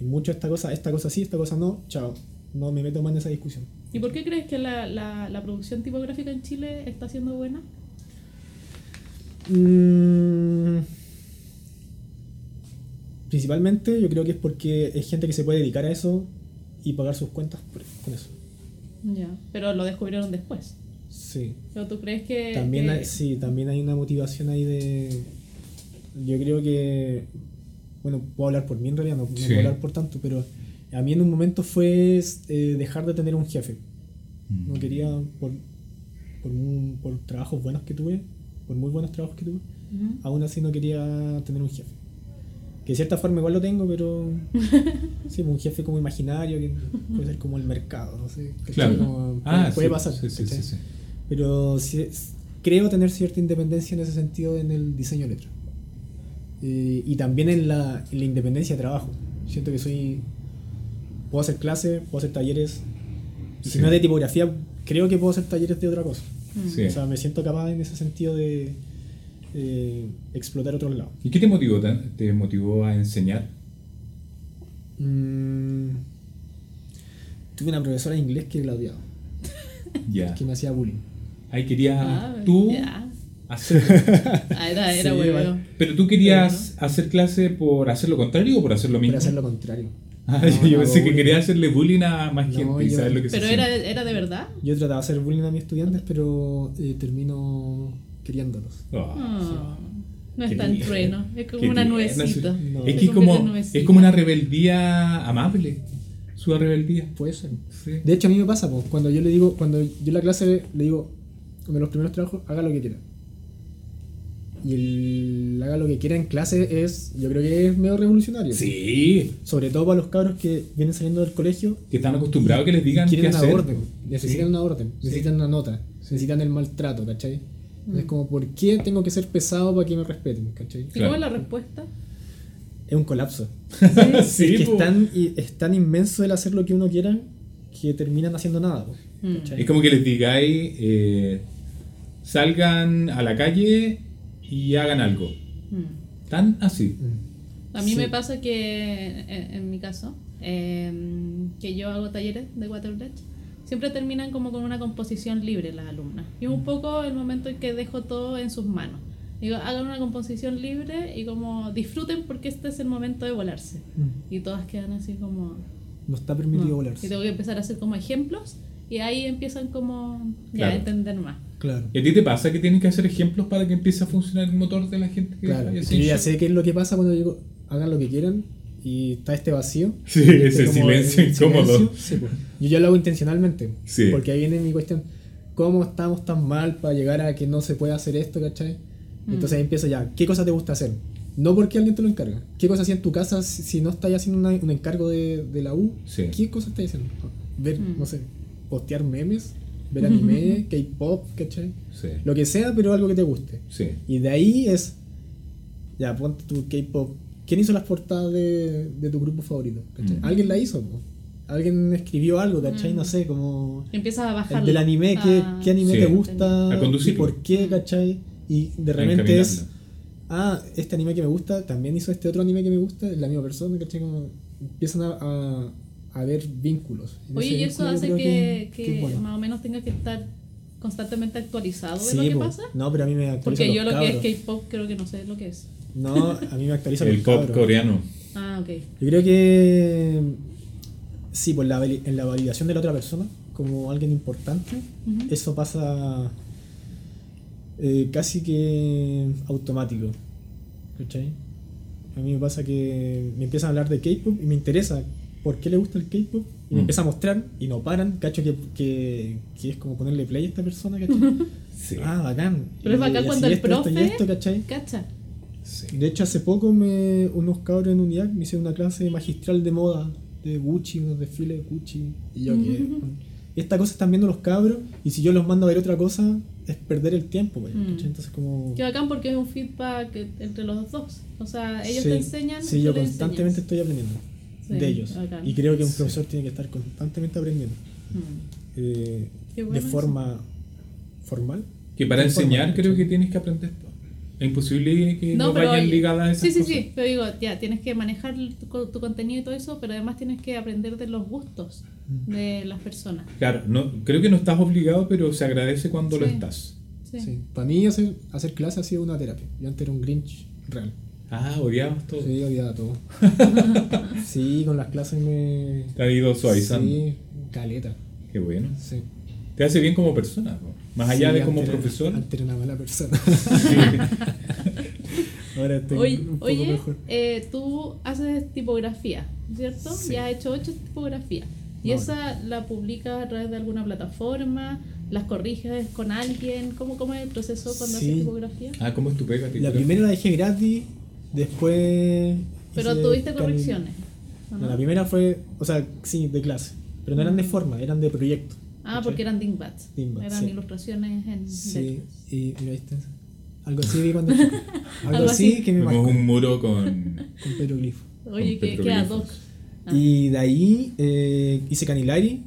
S3: mucho esta cosa, esta cosa sí, esta cosa no, chao. No me meto más en esa discusión.
S1: ¿Y por qué crees que la, la, la producción tipográfica en Chile está siendo buena?
S3: Mm, principalmente yo creo que es porque es gente que se puede dedicar a eso y pagar sus cuentas por- con eso.
S1: Ya, pero lo descubrieron después.
S3: Sí.
S1: ¿Pero tú crees que...
S3: También
S1: que-
S3: hay, sí, también hay una motivación ahí de... Yo creo que... Bueno, puedo hablar por mí en realidad, no, no
S2: Sí.
S3: puedo hablar por tanto, pero a mí en un momento fue eh, dejar de tener un jefe.
S2: Mm.
S3: No quería, por, por, un- por trabajos buenos que tuve, por muy buenos trabajos que tuve,
S1: Ujú.
S3: aún así no quería tener un jefe. Que de cierta forma igual lo tengo, pero. sí, un jefe como imaginario, que puede ser como el mercado, no sé. ¿cachai?
S2: Claro.
S3: Como-
S2: Ah,
S3: puede
S2: sí,
S3: pasar.
S2: Sí, sí,
S3: ¿cachai?
S2: sí, sí.
S3: Pero sí es- creo tener cierta independencia en ese sentido en el diseño de letra. Eh, y también en la, en la independencia de trabajo. Siento que soy. Puedo hacer clases, puedo hacer talleres. Y
S2: Sí.
S3: Si no es de tipografía, creo que puedo hacer talleres de otra cosa.
S1: Mm.
S2: Sí.
S3: O sea, me siento capaz en ese sentido de eh, explotar otros lados.
S2: ¿Y qué te motivó? tan- ¿Te motivó a
S3: [laughs]
S2: enseñar?
S3: Mm, tuve una profesora de inglés que la odiaba,
S2: Ya.
S3: que me hacía bullying.
S2: Ahí quería
S1: Ah,
S2: tú
S1: ya.
S2: hacer.
S1: Ah, era, era
S3: [laughs] Sí,
S1: hueveo.
S3: vale.
S2: Pero tú querías hacer clase por hacer lo contrario o por hacer lo mismo.
S3: Para hacer lo contrario.
S2: [laughs] Ah,
S3: No,
S2: yo- yo
S3: no,
S2: pensé que
S3: bullying.
S2: quería hacerle bullying a más
S3: No,
S2: gente y
S3: yo-
S2: saber lo que se
S1: Pero
S2: hacía.
S1: era, era de verdad.
S3: Yo trataba de hacer bullying a mis estudiantes, pero eh, termino queriéndolos.
S2: Ah,
S1: Oh, No
S2: Qué
S1: es tan
S2: bien.
S1: trueno, es como
S2: qué
S1: una
S2: bien.
S1: nuevecita.
S3: No.
S2: Es
S1: Se
S2: que
S1: convierte
S2: es
S1: en
S2: como,
S1: nubecita.
S2: es como una rebeldía amable. Su rebeldía.
S3: Puede ser.
S2: Sí.
S3: De hecho, a mí me pasa, pues, cuando yo le digo, cuando yo en la clase le digo, uno de los primeros trabajos, haga lo que quiera. Y el haga lo que quiera en clase es, yo creo que es medio revolucionario.
S2: Sí,
S3: Sobre todo para los cabros que vienen saliendo del colegio
S2: Que están acostumbrados a que les digan qué
S3: quieren una
S2: hacer.
S3: orden, necesitan
S2: Sí.
S3: una orden, necesitan una nota, necesitan el maltrato, ¿cachai? Es como, ¿por qué tengo que ser pesado para que me respeten, cachai?
S1: ¿Y cómo
S2: Claro.
S1: es la respuesta?
S3: Es un colapso.
S2: Sí,
S3: [laughs] es que
S2: po.
S3: es tan, y- es tan inmenso el hacer lo que uno quiera que terminan haciendo nada. po,
S1: Mm.
S3: ¿cachai?
S2: Es como que les digáis, eh, salgan a la calle y hagan algo.
S1: Mm.
S2: Tan así.
S3: Mm.
S1: A mí
S3: Sí.
S1: me pasa que, en, en mi caso, em, que yo hago talleres de waterbrecht, siempre terminan como con una composición libre las alumnas. Y
S3: Mm.
S1: es un poco el momento en que dejo todo en sus manos. Digo, hagan una composición libre y como disfruten porque este es el momento de volarse.
S3: Mm.
S1: Y todas quedan así como...
S3: No está permitido
S1: no.
S3: volarse.
S1: Y tengo que empezar a hacer como ejemplos y ahí empiezan como ya a
S2: Claro.
S1: entender más.
S3: Claro.
S2: ¿Y a ti te pasa que tienes que hacer ejemplos para que empiece a funcionar el motor de la gente? Que
S3: Claro.
S2: vaya a
S3: es
S2: hacer
S3: que yo ya
S2: show?
S3: sé qué es lo que pasa cuando digo, hagan lo que quieran y está este vacío.
S2: Sí,
S3: Este
S2: ese
S3: como
S2: silencio
S3: el
S2: incómodo.
S3: silencio, sí, po. Yo ya lo hago intencionalmente.
S2: Sí.
S3: Porque ahí viene mi cuestión. ¿Cómo estamos tan mal para llegar a que no se puede hacer esto, cachai? Entonces ahí empiezo ya. ¿Qué cosa te gusta hacer? No porque alguien te lo encarga. ¿Qué cosa hacía en tu casa si si no estás haciendo una- un encargo de, de la U?
S2: Sí.
S3: ¿Qué cosa estás haciendo? Ver,
S1: Mm.
S3: no sé, postear memes, ver anime, K-pop, ¿cachai?
S2: Sí,
S3: Lo que sea, pero algo que te guste.
S2: sí.
S3: Y de ahí es. Ya, ponte tu K-pop. ¿Quién hizo las portadas de, de tu grupo favorito? ¿Cachai?
S2: Mm.
S3: Alguien la hizo, po? Alguien escribió algo, ¿cachai?
S1: Mm.
S3: No sé, como.
S1: Empiezas a bajar.
S3: El del anime, ¿qué, qué anime
S2: Sí.
S3: te gusta?
S2: A conducirlo.
S3: ¿Y por qué, cachai? Y de repente es.
S2: Encaminarla.
S3: Ah, este anime que me gusta también hizo este otro anime que me gusta, es la misma persona, ¿cachai? Como empiezan a, a, a ver vínculos. En
S1: Oye,
S3: ese
S1: y eso
S3: vínculo yo
S1: hace
S3: creo
S1: que,
S3: que
S1: que
S3: es bueno.
S1: más o menos tenga que estar constantemente actualizado de
S3: Sí,
S1: lo que
S3: po.
S1: pasa.
S3: No, pero a mí me actualiza.
S1: Porque
S3: los
S1: yo lo
S3: cabros.
S1: que es K-pop creo que no sé lo que es.
S3: No, a mí me actualiza.
S2: El
S3: los
S2: pop
S3: cabros.
S2: coreano.
S1: Ah, ok.
S3: Yo creo que sí, por la, vali- en la validación de la otra persona como alguien importante,
S1: Ujú.
S3: eso pasa eh, casi que automático. ¿Cachai? A mí me pasa que me empiezan a hablar de K-pop y me interesa por qué le gusta el K-pop
S2: Mm.
S3: y me empieza a mostrar y no paran. Cacho que, que, que es como ponerle play a esta
S1: [laughs]
S3: persona, ¿cachai?
S2: Sí.
S3: ah, bacán.
S1: Pero es
S3: Y
S1: bacán
S3: así
S1: cuando el
S3: esto, esto y
S1: profe-
S3: esto, ¿cachai?
S1: Cacha.
S2: sí.
S3: De hecho, hace poco me, unos cabros en unidad me hicieron una clase magistral de moda, de Gucci, unos desfiles de Gucci. Y yo que. Esta cosa están viendo los cabros, y si yo los mando a ver otra cosa, es perder el tiempo, güey,
S1: Mm.
S3: ¿cachai? Entonces, como.
S1: Qué bacán porque es un feedback entre los dos. O sea, ellos
S3: Sí,
S1: te enseñan.
S3: Sí,
S1: tú
S3: yo
S1: les
S3: constantemente estoy aprendiendo
S1: Sí,
S3: de ellos.
S1: bacán.
S3: Y creo que un
S2: Sí.
S3: profesor tiene que estar constantemente aprendiendo.
S1: enseñas. Mm.
S3: eh,
S1: Qué bueno
S3: de
S1: eso.
S3: forma formal.
S2: Que para
S3: Informal,
S2: enseñar creo
S3: ¿cachai?
S2: que tienes que aprender todo. Es imposible que no,
S1: No, pero.
S2: vayan
S1: oye,
S2: ligadas a esas
S1: sí, sí,
S2: cosas.
S1: sí. Pero digo, ya, tienes que manejar tu, co- tu contenido y todo eso, pero además tienes que aprender de los gustos de las personas.
S2: Claro, no, creo que no estás obligado, pero se agradece cuando lo
S1: Sí.
S2: estás.
S1: Sí.
S3: Para mí hacer, hacer clase ha sido una terapia. Yo antes era un Grinch real.
S2: Ah, odiamos todo.
S3: Sí, odiaba todo.
S2: [laughs]
S3: sí, con las clases me...
S2: Te ha ido suavizando.
S3: Sí, caleta.
S2: Qué bueno.
S3: Sí.
S2: Te hace bien como persona, po. más allá
S3: Sí,
S2: de como
S3: antes era-
S2: profesor.
S3: Antes era una
S2: [laughs]
S3: mala persona. Ahora estoy
S1: Oye,
S3: un poco
S1: oye,
S3: mejor.
S1: eh, tú haces tipografía, ¿cierto?
S3: Sí.
S1: Ya has hecho ocho tipografías. ¿Y
S3: Más o
S1: esa la publicas a través de alguna plataforma? ¿Las corriges con alguien? ¿Cómo, cómo es el proceso cuando
S3: Sí.
S1: haces tipografía?
S2: Ah, ¿cómo es tu pega?
S3: La primera la dejé gratis, después...
S1: Pero
S3: hice
S1: tuviste
S3: cali-
S1: correcciones. ¿o
S3: No,
S1: no? Mm.
S3: la primera fue, o sea, sí, de clase. Pero no eran de forma, eran de proyecto.
S1: Ah, porque eran dingbats.
S3: Dingbats,
S1: eran
S3: sí.
S1: ilustraciones en
S3: Sí,
S1: letras.
S3: y mira, ¿viste? Algo así vi
S1: [laughs]
S3: cuando chico. Algo,
S1: Algo
S3: así,
S1: así.
S3: que me marcó
S2: Vimos un
S3: con
S2: muro con.
S3: petroglifo.
S1: Oye,
S2: con
S1: que queda doc.
S2: petroglifos.
S1: Ah.
S3: Y de ahí eh, hice Canilari,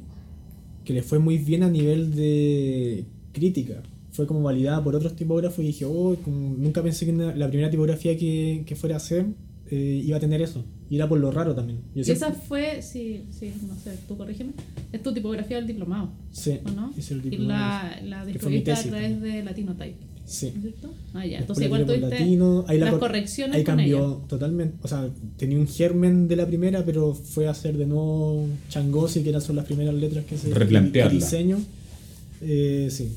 S3: que le fue muy bien a nivel de crítica. Fue como validada por otros tipógrafos y dije, oh, como nunca pensé que una- la primera tipografía que, que fuera a hacer eh, iba a tener eso. Y era por lo raro también. Yo
S1: Y
S3: siempre-
S1: esa fue, sí, sí, no sé, tú corrígeme. Es tu tipografía del diplomado,
S3: Sí,
S1: ¿o no?
S3: hice el
S1: y
S3: diplomado.
S1: la, la
S3: Que fue mi
S1: distribuiste a
S3: tesis
S1: través de Latinotype.
S3: Sí.
S1: ¿no es ¿cierto? Ah, ya.
S3: Después
S1: Entonces, igual
S3: la tiré por
S1: tuviste
S3: latino, ahí la
S1: las
S3: cor-
S1: correcciones
S3: Ahí
S1: con
S3: cambió
S1: ella.
S3: totalmente. O sea, tenía un germen de la primera, pero fue a hacer de nuevo Changosi, que eran son las primeras letras que se
S2: Replantearla.
S3: el diseño. Eh, sí.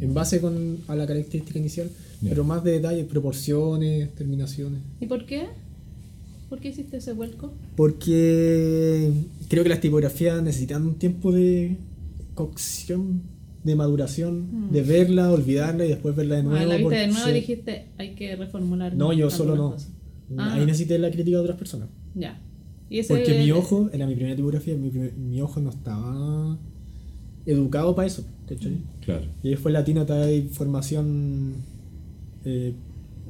S3: En base con, a la característica inicial,
S2: Ya.
S3: pero más de detalles, proporciones, terminaciones.
S1: ¿Y por qué? ¿Por qué hiciste ese vuelco?
S3: Porque creo que las tipografías necesitan un tiempo de cocción, de maduración,
S1: Mm.
S3: de verla, olvidarla y después verla de nuevo.
S1: Ah, la viste de
S3: porque-
S1: nuevo
S3: sí.
S1: y dijiste, hay que reformular.
S3: No, yo solo no.
S1: algunas cosas". Ah.
S3: Ahí necesité la crítica de otras personas.
S1: Ya. Y ese-
S3: Porque mi ojo, era mi primera tipografía, mi, primer- mi ojo no estaba educado para eso, ¿cachai?
S1: Mm.
S2: Claro.
S3: Y ahí fue Latino Type formación eh,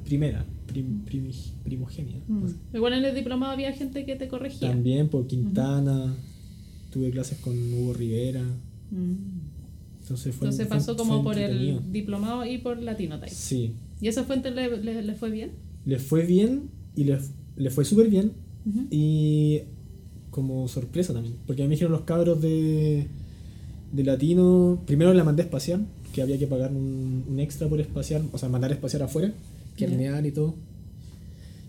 S3: primera, prim- primi- primogénea.
S1: Mm. Igual en el diplomado había gente que te corregía.
S3: También por Quintana, tuve clases con Hugo Rivera,
S1: Mm.
S3: entonces fue
S1: Entonces
S3: fue-
S1: pasó
S3: fue
S1: como por
S3: entretenido.
S1: el diplomado y por Latinotype.
S3: Sí,
S1: ¿Y esa fuente le, le- le fue bien?
S3: le fue bien y le, le fue súper bien y como sorpresa también, porque a mí me dijeron los cabros de, de latino, primero la mandé a espaciar, que había que pagar un, un extra por espaciar, o sea, mandar a espaciar afuera,
S1: Ya.
S3: kernear y todo.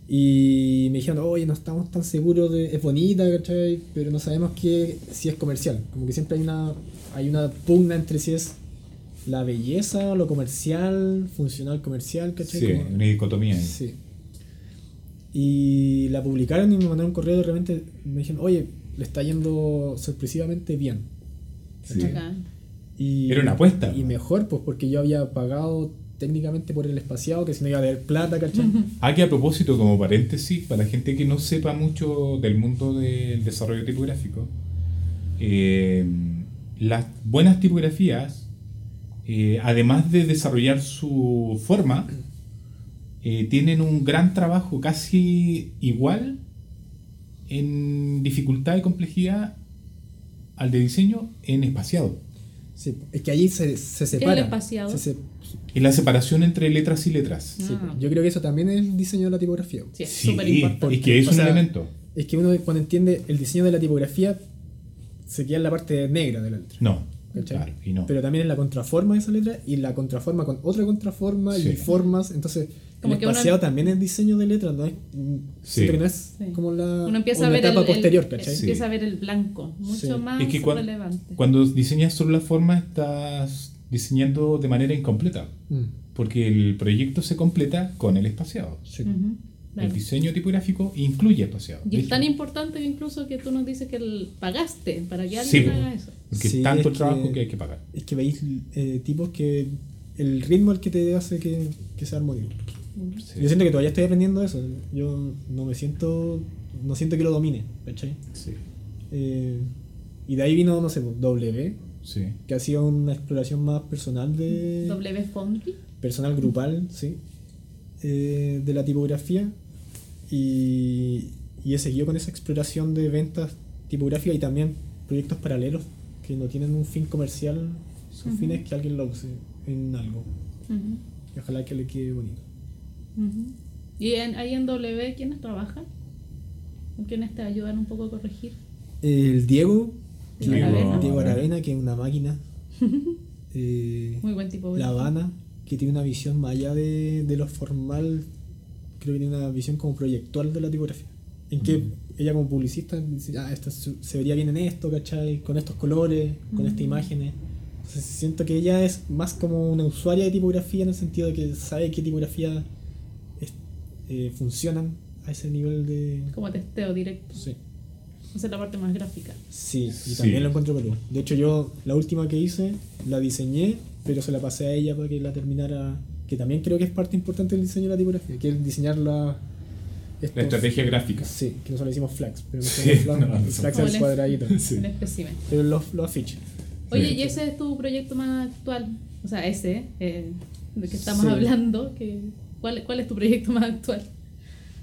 S3: Y me dijeron, oye, no estamos tan seguros de... Es bonita, ¿cachai? Pero no sabemos qué, si es comercial. Como que siempre hay una, hay una pugna entre si es la belleza, lo comercial, funcional, comercial, ¿cachai?
S2: Sí,
S3: Como-
S2: una dicotomía. ahí.
S3: Sí. Y la publicaron y me mandaron un correo y de repente me dijeron, oye, le está yendo sorpresivamente bien.
S2: Sí.
S1: Bacán.
S3: Y,
S2: Era una apuesta.
S3: Y mejor, pues porque yo había pagado técnicamente por el espaciado, que si no iba a haber plata, ¿cachai?
S2: Aquí Ah, a propósito, como paréntesis, para la gente que no sepa mucho del mundo del desarrollo tipográfico, eh, las buenas tipografías, eh, además de desarrollar su forma, eh, tienen un gran trabajo casi igual en dificultad y complejidad al de diseño en espaciado.
S3: Sí, es que allí se, se separa.
S1: espaciado?
S3: Se se-
S2: Y la separación entre letras y letras.
S3: sí,
S1: Ah.
S3: Yo creo que eso también es el diseño de la tipografía.
S1: Sí, es
S2: Sí,
S1: súper importante.
S2: es que es
S3: O
S2: un
S3: sea,
S2: elemento.
S3: Es que uno cuando entiende el diseño de la tipografía se queda en la parte negra de la letra.
S2: No,
S3: ¿Cachai?
S2: claro, y no.
S3: Pero también en la contraforma de esa letra y la contraforma con otra contraforma
S2: Sí.
S3: y formas. Entonces,
S1: Como
S3: el
S1: que uno-
S3: espaciado también es diseño de letra, ¿no? Es,
S2: Sí.
S3: siento que no es
S1: Sí.
S3: como la
S1: Uno empieza
S3: una
S1: a ver
S3: etapa
S1: el, el-
S3: posterior, ¿cachai?
S2: Sí.
S1: Empieza a ver el blanco, mucho
S3: Sí.
S1: más
S2: Es que cuan-
S1: relevante.
S2: Cuando diseñas solo la forma, estás diseñando de manera incompleta,
S3: Mm,
S2: porque el proyecto se completa con el espaciado.
S3: sí.
S1: Ujú, claro.
S2: El diseño tipográfico incluye espaciado.
S1: Y
S2: De
S1: es tan
S2: hecho,
S1: importante incluso que tú nos dices que el- pagaste para que
S2: Sí,
S1: alguien
S2: po.
S1: haga eso.
S2: porque
S3: Sí,
S2: es tanto
S3: es
S2: el trabajo
S3: que-
S2: que hay que pagar.
S3: Es que veis eh, tipos que el ritmo es el que te hace que, que sea armónico.
S2: Sí.
S3: Yo siento que todavía estoy aprendiendo eso. Yo no me siento, no siento que lo domine, ¿cachai?
S2: Sí,
S3: Eh, y de ahí vino, no sé, W,
S2: sí.
S3: que ha sido una exploración más personal de...
S1: W Fondi.
S3: personal grupal, sí, eh, de la tipografía y, y he seguido con esa exploración de ventas tipográficas y también proyectos paralelos que no tienen un fin comercial, su
S1: Ujú.
S3: fin es que alguien lo use en algo
S1: Ujú.
S3: y ojalá que le quede bonito.
S1: Ujú. ¿Y en, ahí en W quiénes trabajan? ¿Con quiénes te ayudan un poco a corregir?
S3: El Diego, que-
S1: Diego
S3: Diego,
S1: Aravena.
S3: Aravena, que es
S1: [laughs]
S3: una máquina. Eh,
S1: Muy buen tipo.
S3: La
S1: ¿verdad?
S3: Habana, que tiene una visión más allá de, de lo formal, creo que tiene una visión como proyectual de la tipografía. En que
S2: Mm.
S3: ella como publicista dice, ah, esto se se vería bien en esto, ¿cachai? Con estos colores, con estas
S1: Mm.
S3: imágenes. Entonces, siento que ella es más como una usuaria de tipografía en el sentido de que sabe qué tipografía es- eh, funcionan a ese nivel de...
S1: Como testeo directo.
S3: Sí.
S1: Esa es la parte más gráfica.
S3: Sí, y
S2: Sí.
S3: también lo encuentro peludo. De hecho, yo la última que hice la diseñé, pero se la pasé a ella para que la terminara. Que también creo que es parte importante del diseño de la tipografía, que es diseñar la.
S2: La
S3: estos-
S2: estrategia gráfica.
S3: Sí, que nosotros le hicimos flags, pero no
S2: Sí,
S3: se llama
S2: [laughs] no, no
S3: flags,
S2: son
S3: flags
S1: flags.
S3: al cuadradito.
S2: Sí.
S1: Un espécimen.
S3: Pero los, los afiches.
S1: Oye,
S2: Sí.
S1: y ese es tu proyecto más actual. O sea, ese, eh, de que estamos
S3: Sí.
S1: hablando. Que, ¿cuál, ¿Cuál es tu proyecto más actual?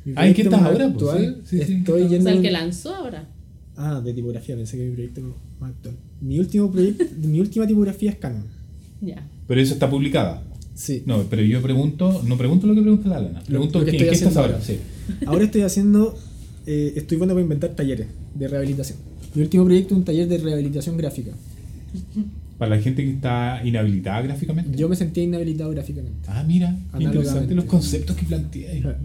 S3: Mi
S2: Ah, ¿en qué
S3: proyecto
S2: estás
S3: más
S2: ahora, pues?
S3: Actual,
S2: Sí, sí, sí,
S3: estoy
S2: ¿en qué
S1: O
S3: yendo.
S1: sea, el que lanzó ahora.
S3: Ah, de tipografía, pensé que mi proyecto más actual. Mi último proyecto, mi última tipografía es Canon.
S1: Ya.
S2: Pero eso está publicada.
S3: Sí.
S2: No, pero yo pregunto, no pregunto lo que pregunta la Lana, pregunto
S3: lo que
S2: en
S3: estoy
S2: qué estás
S3: haciendo
S2: ahora.
S3: ahora.
S2: Sí.
S3: Ahora estoy haciendo, eh, estoy bueno para inventar talleres de rehabilitación. Mi último proyecto es un taller de rehabilitación gráfica.
S2: Para la gente que está inhabilitada gráficamente.
S3: Yo me sentía inhabilitado gráficamente.
S2: Ah, mira, qué
S3: Análogamente.
S2: interesante los conceptos que planteáis.
S3: Ajá.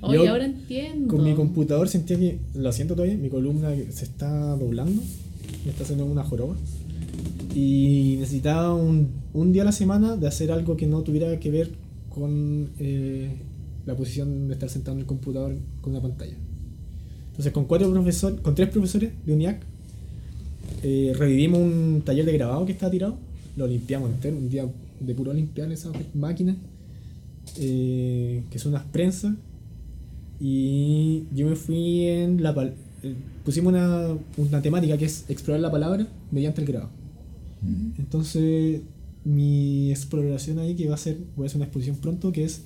S1: Oye,
S3: Yo-
S1: ahora entiendo.
S3: Con mi computador sentía que, lo siento todavía, mi columna que se está doblando, me está haciendo una joroba. Y necesitaba un, un día a la semana de hacer algo que no tuviera que ver con eh, la posición de estar sentado en el computador con una pantalla. Entonces con cuatro profesor, con tres profesores de UNIAC eh, revivimos un taller de grabado que estaba tirado, lo limpiamos entero, un día de puro limpiar esas máquinas, eh, que son unas prensas, y yo me fui en la... pal- eh, pusimos una, una temática que es explorar la palabra mediante el grabado.
S2: Mm.
S3: Entonces, mi exploración ahí que va a ser, voy a hacer una exposición pronto, que es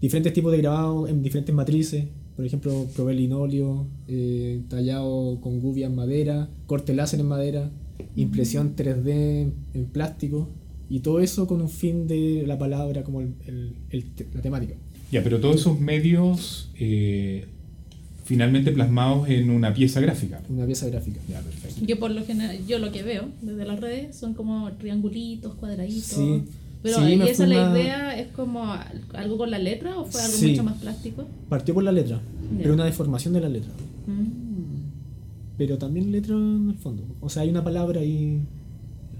S3: diferentes tipos de grabado en diferentes matrices. Por ejemplo, probé linóleo, eh, tallado con gubia en madera, corte láser en madera,
S2: Mm.
S3: impresión 3D en, en plástico, y todo eso con un fin de la palabra como el- el- el te- la temática.
S2: Ya, pero todos esos medios eh, finalmente plasmados en una pieza gráfica.
S3: Una pieza gráfica.
S2: Ya, perfecto.
S1: Que por lo general, yo lo que veo desde las redes son como triangulitos, cuadraditos.
S3: Sí.
S1: Pero
S3: Sí,
S1: ¿y
S3: me
S1: esa
S3: fui
S1: la
S3: más-
S1: idea es como al- algo con la letra o fue algo
S3: Sí.
S1: mucho más plástico?
S3: Partió por la letra,
S1: Ya.
S3: pero una deformación de la letra.
S1: Mm.
S3: Pero también letra en el fondo. O sea, hay una palabra y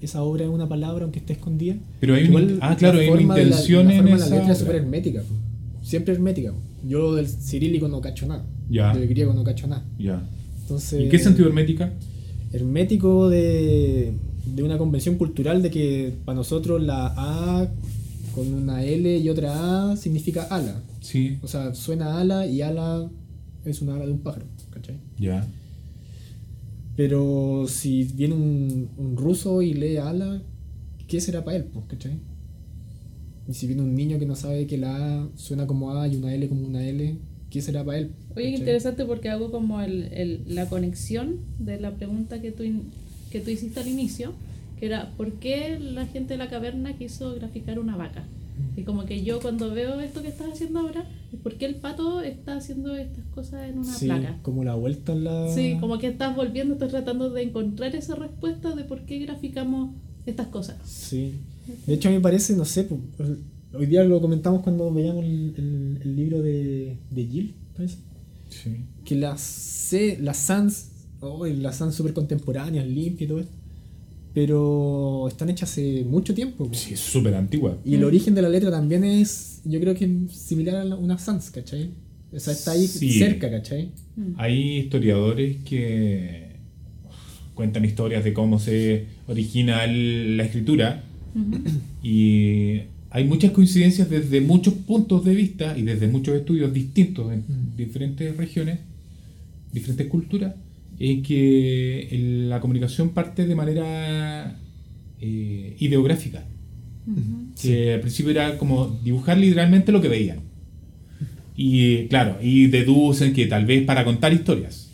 S3: esa obra es una palabra aunque esté escondida.
S2: Pero hay
S3: Igual
S2: una, ah, claro,
S3: la
S2: hay una
S3: forma de la-
S2: intención
S3: la, forma
S2: en
S3: de
S2: esa
S3: La letra es
S2: obra.
S3: súper hermética. po. Siempre hermética. po. Yo del cirílico no cacho nada.
S2: Ya.
S3: Del griego no cacho nada.
S2: Ya.
S3: Entonces,
S2: ¿En qué sentido hermética?
S3: Hermético de, de una convención cultural de que para nosotros la A con una L y otra A significa ala.
S2: Sí,
S3: O sea, suena ala y ala es una ala de un pájaro. ¿Cachai?
S2: ya.
S3: Pero si viene un, un ruso y lee ala, ¿qué será para él? Pues, ¿cachai? Y si viene un niño que no sabe que la A suena como A y una L como una L, ¿qué será para él?
S1: Oye, qué
S3: ¿cachai?
S1: interesante porque hago como el- el- la conexión de la pregunta que tú, in- que tú hiciste al inicio, que era ¿por qué la gente de la caverna quiso graficar una vaca? Y como que yo cuando veo esto que estás haciendo ahora, es ¿por qué el pato está haciendo estas cosas en una
S3: Sí,
S1: placa?
S3: como la vuelta en la...
S1: Sí, como que estás volviendo, estás tratando de encontrar esa respuesta de por qué graficamos estas cosas.
S3: Sí. De hecho, a mí me parece, no sé, pues, hoy día lo comentamos cuando veíamos el, el- el libro de, de Gil, parece.
S2: Sí.
S3: que las C, las sans, oh, las sans súper contemporáneas, limpias y todo esto, pero están hechas hace mucho tiempo. po.
S2: Sí, es súper antigua.
S3: Y el origen de la letra también es, yo creo que es similar a la- una sans, ¿cachai? O sea, está ahí
S2: Sí.
S3: cerca, ¿cachai?
S1: Mm.
S2: Hay historiadores que cuentan historias de cómo se origina el- la escritura
S1: Ujú.
S2: y hay muchas coincidencias desde muchos puntos de vista y desde muchos estudios distintos en
S3: Mm.
S2: diferentes regiones, diferentes culturas, en que el- la comunicación parte de manera eh, ideográfica.
S1: Ujú.
S2: que al principio era como dibujar literalmente lo que veían. Y eh, claro, y deducen que tal vez para contar historias,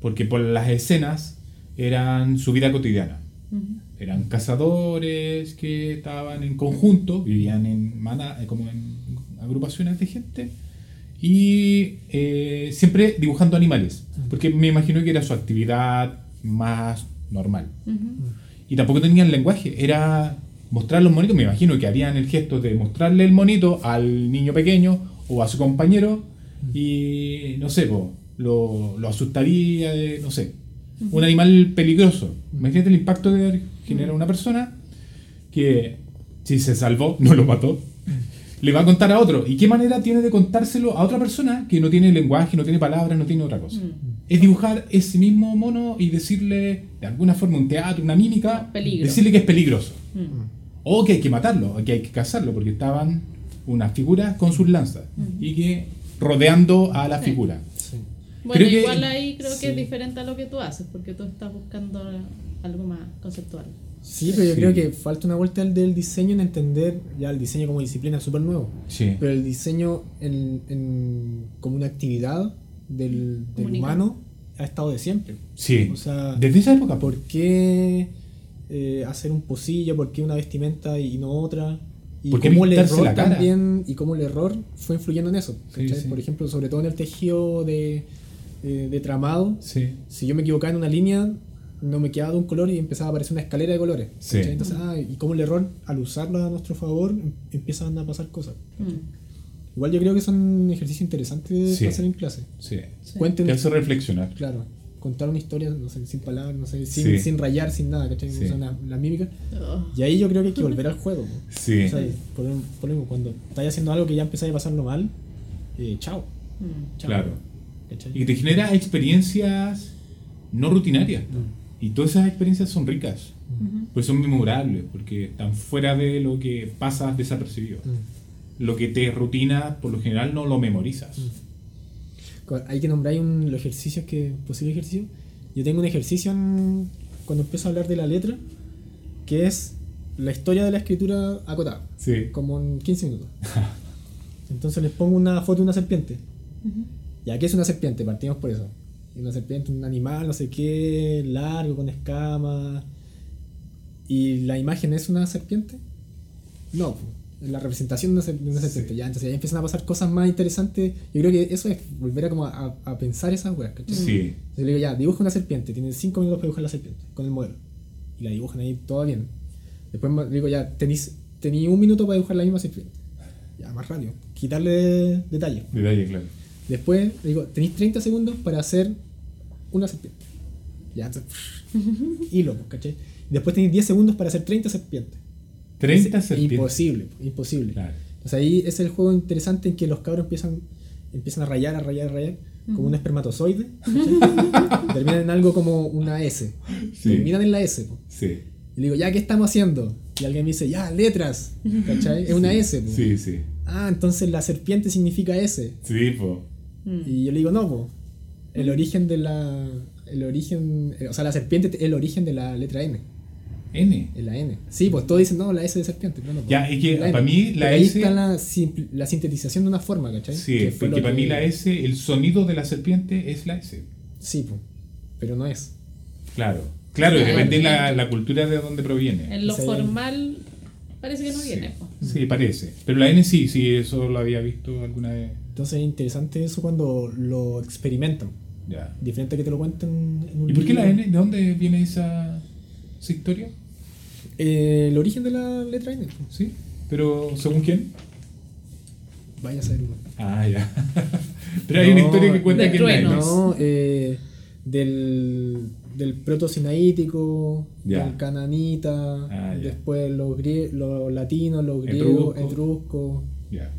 S2: porque por las escenas eran su vida cotidiana.
S1: Ujú.
S2: Eran cazadores que estaban en conjunto, vivían en mana- eh, como en agrupaciones de gente y eh, siempre dibujando animales, porque me imagino que era su actividad más normal.
S1: Ujú.
S2: Y tampoco tenían lenguaje, era mostrar los monitos, me imagino que harían el gesto de mostrarle el monito al niño pequeño o a su compañero y no sé, po, lo, lo asustaría, de- no sé, un animal peligroso. Imagínate el impacto que genera una persona que si se salvó, no lo mató, le va a contar a otro. ¿Y qué manera tiene de contárselo a otra persona que no tiene lenguaje, no tiene palabras, no tiene otra cosa?
S1: Mm.
S2: Es dibujar ese mismo mono y decirle de alguna forma un teatro, una mímica,
S1: Peligro.
S2: decirle que es peligroso.
S1: Mm.
S2: O que hay que matarlo, o que hay que cazarlo, porque estaban unas figuras con sus lanzas y que rodeando a la
S1: Sí.
S2: figura.
S3: Sí.
S1: Bueno,
S2: Creo que-
S1: igual ahí creo que es
S3: sí.
S1: diferente a lo que tú haces, porque tú estás buscando algo más conceptual.
S3: Sí, pero yo
S2: Sí.
S3: creo que falta una vuelta al del diseño en entender ya el diseño como disciplina es súper nuevo.
S2: Sí.
S3: Pero el diseño en, en- como una actividad del, del
S1: Comunicar.
S3: humano ha estado de siempre.
S2: Sí.
S3: O sea,
S2: Desde esa época, por...
S3: ¿por qué eh, hacer un pocillo? ¿Por qué una vestimenta y no otra? Y
S2: ¿Por qué
S3: cómo el
S2: pintarse
S3: error
S2: la cara?
S3: también y cómo el error fue influyendo en eso.
S2: Sí,
S3: ¿cachai?
S2: sí.
S3: Por ejemplo, sobre todo en el tejido de, eh, de tramado,
S2: Sí.
S3: si yo me equivocaba en una línea, no me quedaba de un color y empezaba a aparecer una escalera de colores.
S2: Sí.
S3: ¿cachai? Entonces, ah, y como el error, al usarlo a nuestro favor, em- empiezan a pasar cosas.
S1: Mm.
S3: Igual yo creo que son ejercicios interesantes
S2: Sí.
S3: para hacer en clase.
S2: Sí.
S1: Sí.
S3: Cuenten,
S2: Te hace reflexionar.
S3: claro, contar una historia, no sé, sin palabras, no sé, sin,
S2: Sí.
S3: sin rayar, sin nada, ¿cachai?
S2: Sí.
S3: O sea, la, la mímica.
S1: Oh.
S3: Y ahí yo creo que hay que volver al juego.
S2: Sí.
S3: O sea, por, lo- por lo mismo, cuando estáis haciendo algo que ya empezáis a pasarlo mal, eh, chao,
S1: Mm.
S3: chao.
S2: Claro.
S3: ¿cachai?
S2: Y te genera experiencias no rutinarias.
S3: Mm.
S2: Y todas esas experiencias son ricas.
S1: Ujú.
S2: Pues son memorables, porque están fuera de lo que pasas desapercibido.
S3: Mm.
S2: Lo que te es rutina, por lo general, no lo memorizas.
S3: Mm. Co- Hay que nombrar un, los ejercicios que. posible ejercicio. Yo tengo un ejercicio en- cuando empiezo a hablar de la letra, que es la historia de la escritura acotada,
S2: Sí.
S3: como en
S2: [laughs]
S3: 15 minutos. Entonces les pongo una foto de una serpiente.
S1: Ujú.
S3: Ya que es una serpiente, partimos por eso. Una serpiente, un animal, no sé qué, largo, con escamas. ¿Y la imagen es una serpiente? No, po, es la representación de una ser- de una
S2: Sí.
S3: serpiente. Ya, entonces ahí empiezan a pasar cosas más interesantes. Yo creo que eso es volver a, como a, a pensar esas weas, ¿cachai?
S2: Sí.
S3: Entonces le digo, ya, dibuja una serpiente, tienen 5 minutos para dibujar la serpiente, con el modelo. Y la dibujan ahí, todo bien. Después me- le digo, ya, tenéis tení un minuto para dibujar la misma serpiente. Ya, más rápido. Quitarle detalles.
S2: Detalle, claro.
S3: Después, le digo, tenéis 30 segundos para hacer una serpiente. Ya, entonces, hilo, pues, ¿cachai? Después tenéis 10 segundos para hacer 30 serpientes.
S2: 30
S3: Es
S2: serpientes.
S3: Imposible, pues, imposible.
S2: Claro.
S3: Entonces ahí es el juego interesante en que los cabros empiezan, empiezan a rayar, a rayar, a rayar, como un espermatozoide. ¿cachai? Terminan en algo como una S.
S2: Sí.
S3: Terminan en la S. pues.
S2: Sí.
S3: Y le digo, ya, ¿qué estamos haciendo? Y alguien me dice, ya, letras. ¿Cachai? Es una S. pues.
S2: Sí, sí.
S3: Ah, entonces la serpiente significa S.
S2: Sí, po.
S1: Mm.
S3: Y yo le digo, no, po. El origen de la. El origen. eh, O sea, la serpiente es el origen de la letra N.
S2: N.
S3: Es la N. Sí, pues todos dicen, no, la S de serpiente. pero no, po.
S2: Ya, es que
S3: La N.
S2: para mí
S3: Pero
S2: la
S3: ahí
S2: S-
S3: está la, simpl- la sintetización de una forma, ¿cachai?
S2: Sí,
S3: Que fue
S2: porque
S3: lo
S2: para
S3: que-
S2: mí la S, el sonido de la serpiente es la S.
S3: Sí, pues. Pero no es.
S2: Claro. Claro, y
S1: Claro.
S2: depende de la, la cultura de donde proviene.
S1: En lo
S3: O sea,
S1: formal parece que no
S2: Sí.
S1: viene. po.
S2: Sí, parece. Pero la N sí, sí, eso lo había visto alguna vez.
S3: Entonces es interesante eso cuando lo experimentan.
S2: Ya.
S3: Diferente que te lo cuenten en un
S2: ¿Y por qué la
S3: libro.
S2: N? ¿De dónde viene esa, esa historia?
S3: Eh, el origen de la letra N. po.
S2: ¿Sí? ¿Pero según quién?
S3: Vaya a ser uno.
S2: Ah, ya. [laughs] Pero hay una
S3: No,
S2: historia que cuenta
S1: del
S2: que es la N.
S1: trueno.
S3: No, eh, del, del proto-sinaítico,
S2: Ya.
S3: del cananita,
S2: Ah, ya.
S3: después los, grie- los latinos, los
S2: Etrusco.
S3: griegos, etruscos.
S2: Ya.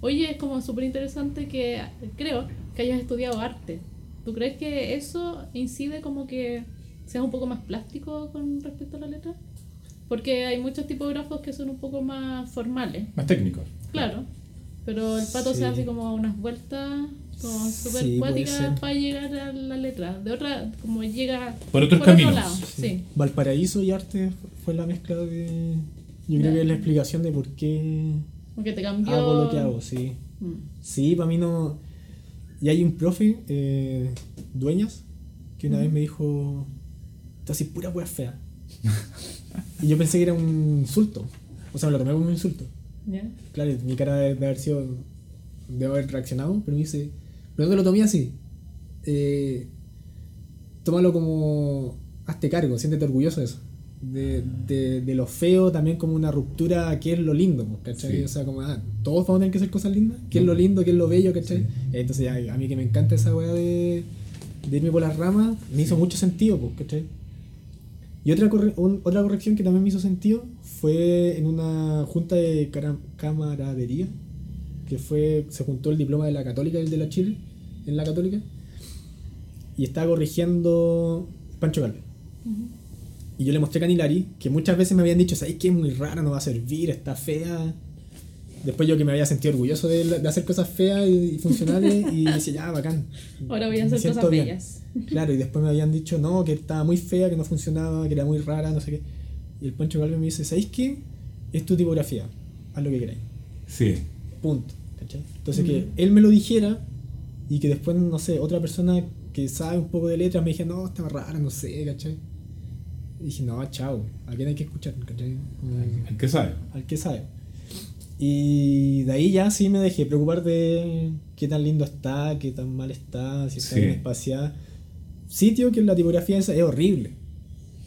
S1: Oye, es como súper interesante que creo que hayas estudiado arte. ¿Tú crees que eso incide como que seas un poco más plástico con respecto a la letra? Porque hay muchos tipógrafos que son un poco más formales,
S2: Más técnico.
S1: claro. Pero el pato
S3: Sí.
S1: se hace como unas vueltas como súper
S3: Sí, puede
S1: cuáticas
S3: ser.
S1: para llegar a la letra. De otra, como llega
S2: Por otros caminos.
S1: lado. Sí.
S3: Valparaíso y arte fue la mezcla de. Yo
S1: Ya.
S3: creo que es la explicación de por qué
S1: Como que te cambió.
S3: hago lo que hago, sí.
S1: Mm.
S3: Sí, para mí no. Y hay un profe, eh, Dueñas, que una vez me dijo: Tú haces pura [laughs] wea fea. y yo pensé que era un insulto. O sea, me lo tomé como un insulto.
S1: ¿Ya?
S3: Claro, mi cara de, de haber sido. de haber reaccionado, pero me dice. Pero no te lo tomé así. Eh, tómalo como. hazte cargo, siéntete orgulloso de eso. De, de- de lo feo también como una ruptura, que es lo lindo, pues, ¿cachai?
S2: Sí.
S3: O sea, como, ah, todos vamos a tener que hacer cosas lindas, que es lo lindo, que es lo bello, ¿cachai? Entonces, ya, a mí que me encanta esa weá de, de irme por las ramas, me hizo mucho sentido, pues, ¿cachai? Y otra, corre- un- otra corrección que también me hizo sentido fue en una junta de cara- camaradería, que fue, se juntó el diploma de la católica y el de la Chile, en la católica, y estaba corrigiendo Pancho Calvo. Y yo le mostré Canilari, que muchas veces me habían dicho, ¿sabes qué? Es muy rara, no va a servir, está fea. Después yo que me había sentido orgulloso de, de hacer cosas feas y, y funcionales, y decía, ya, bacán.
S1: Ahora voy a
S3: Me
S1: hacer
S3: siento
S1: cosas
S3: bien.
S1: bellas. [laughs]
S3: Claro, y después me habían dicho, no, que estaba muy fea, que no funcionaba, que era muy rara, no sé qué. Y el Pancho Galvez me dice, ¿sabéis qué? Es tu tipografía, haz lo que queráis.
S2: Sí.
S3: Punto. ¿Cachai? Entonces que
S1: Mm.
S3: él me lo dijera y que después, no sé, otra persona que sabe un poco de letras me dije, no, está rara, no sé, ¿cachai? Y dije, no, chao, ¿a quién hay que escuchar? ¿Cachai? Mm,
S2: ¿Qué sabe?
S3: Al que sabe. Y de ahí ya sí me dejé preocupar de qué tan lindo está, qué tan mal está, si está
S2: Sí.
S3: bien espaciada. Sitio que la tipografía esa es horrible.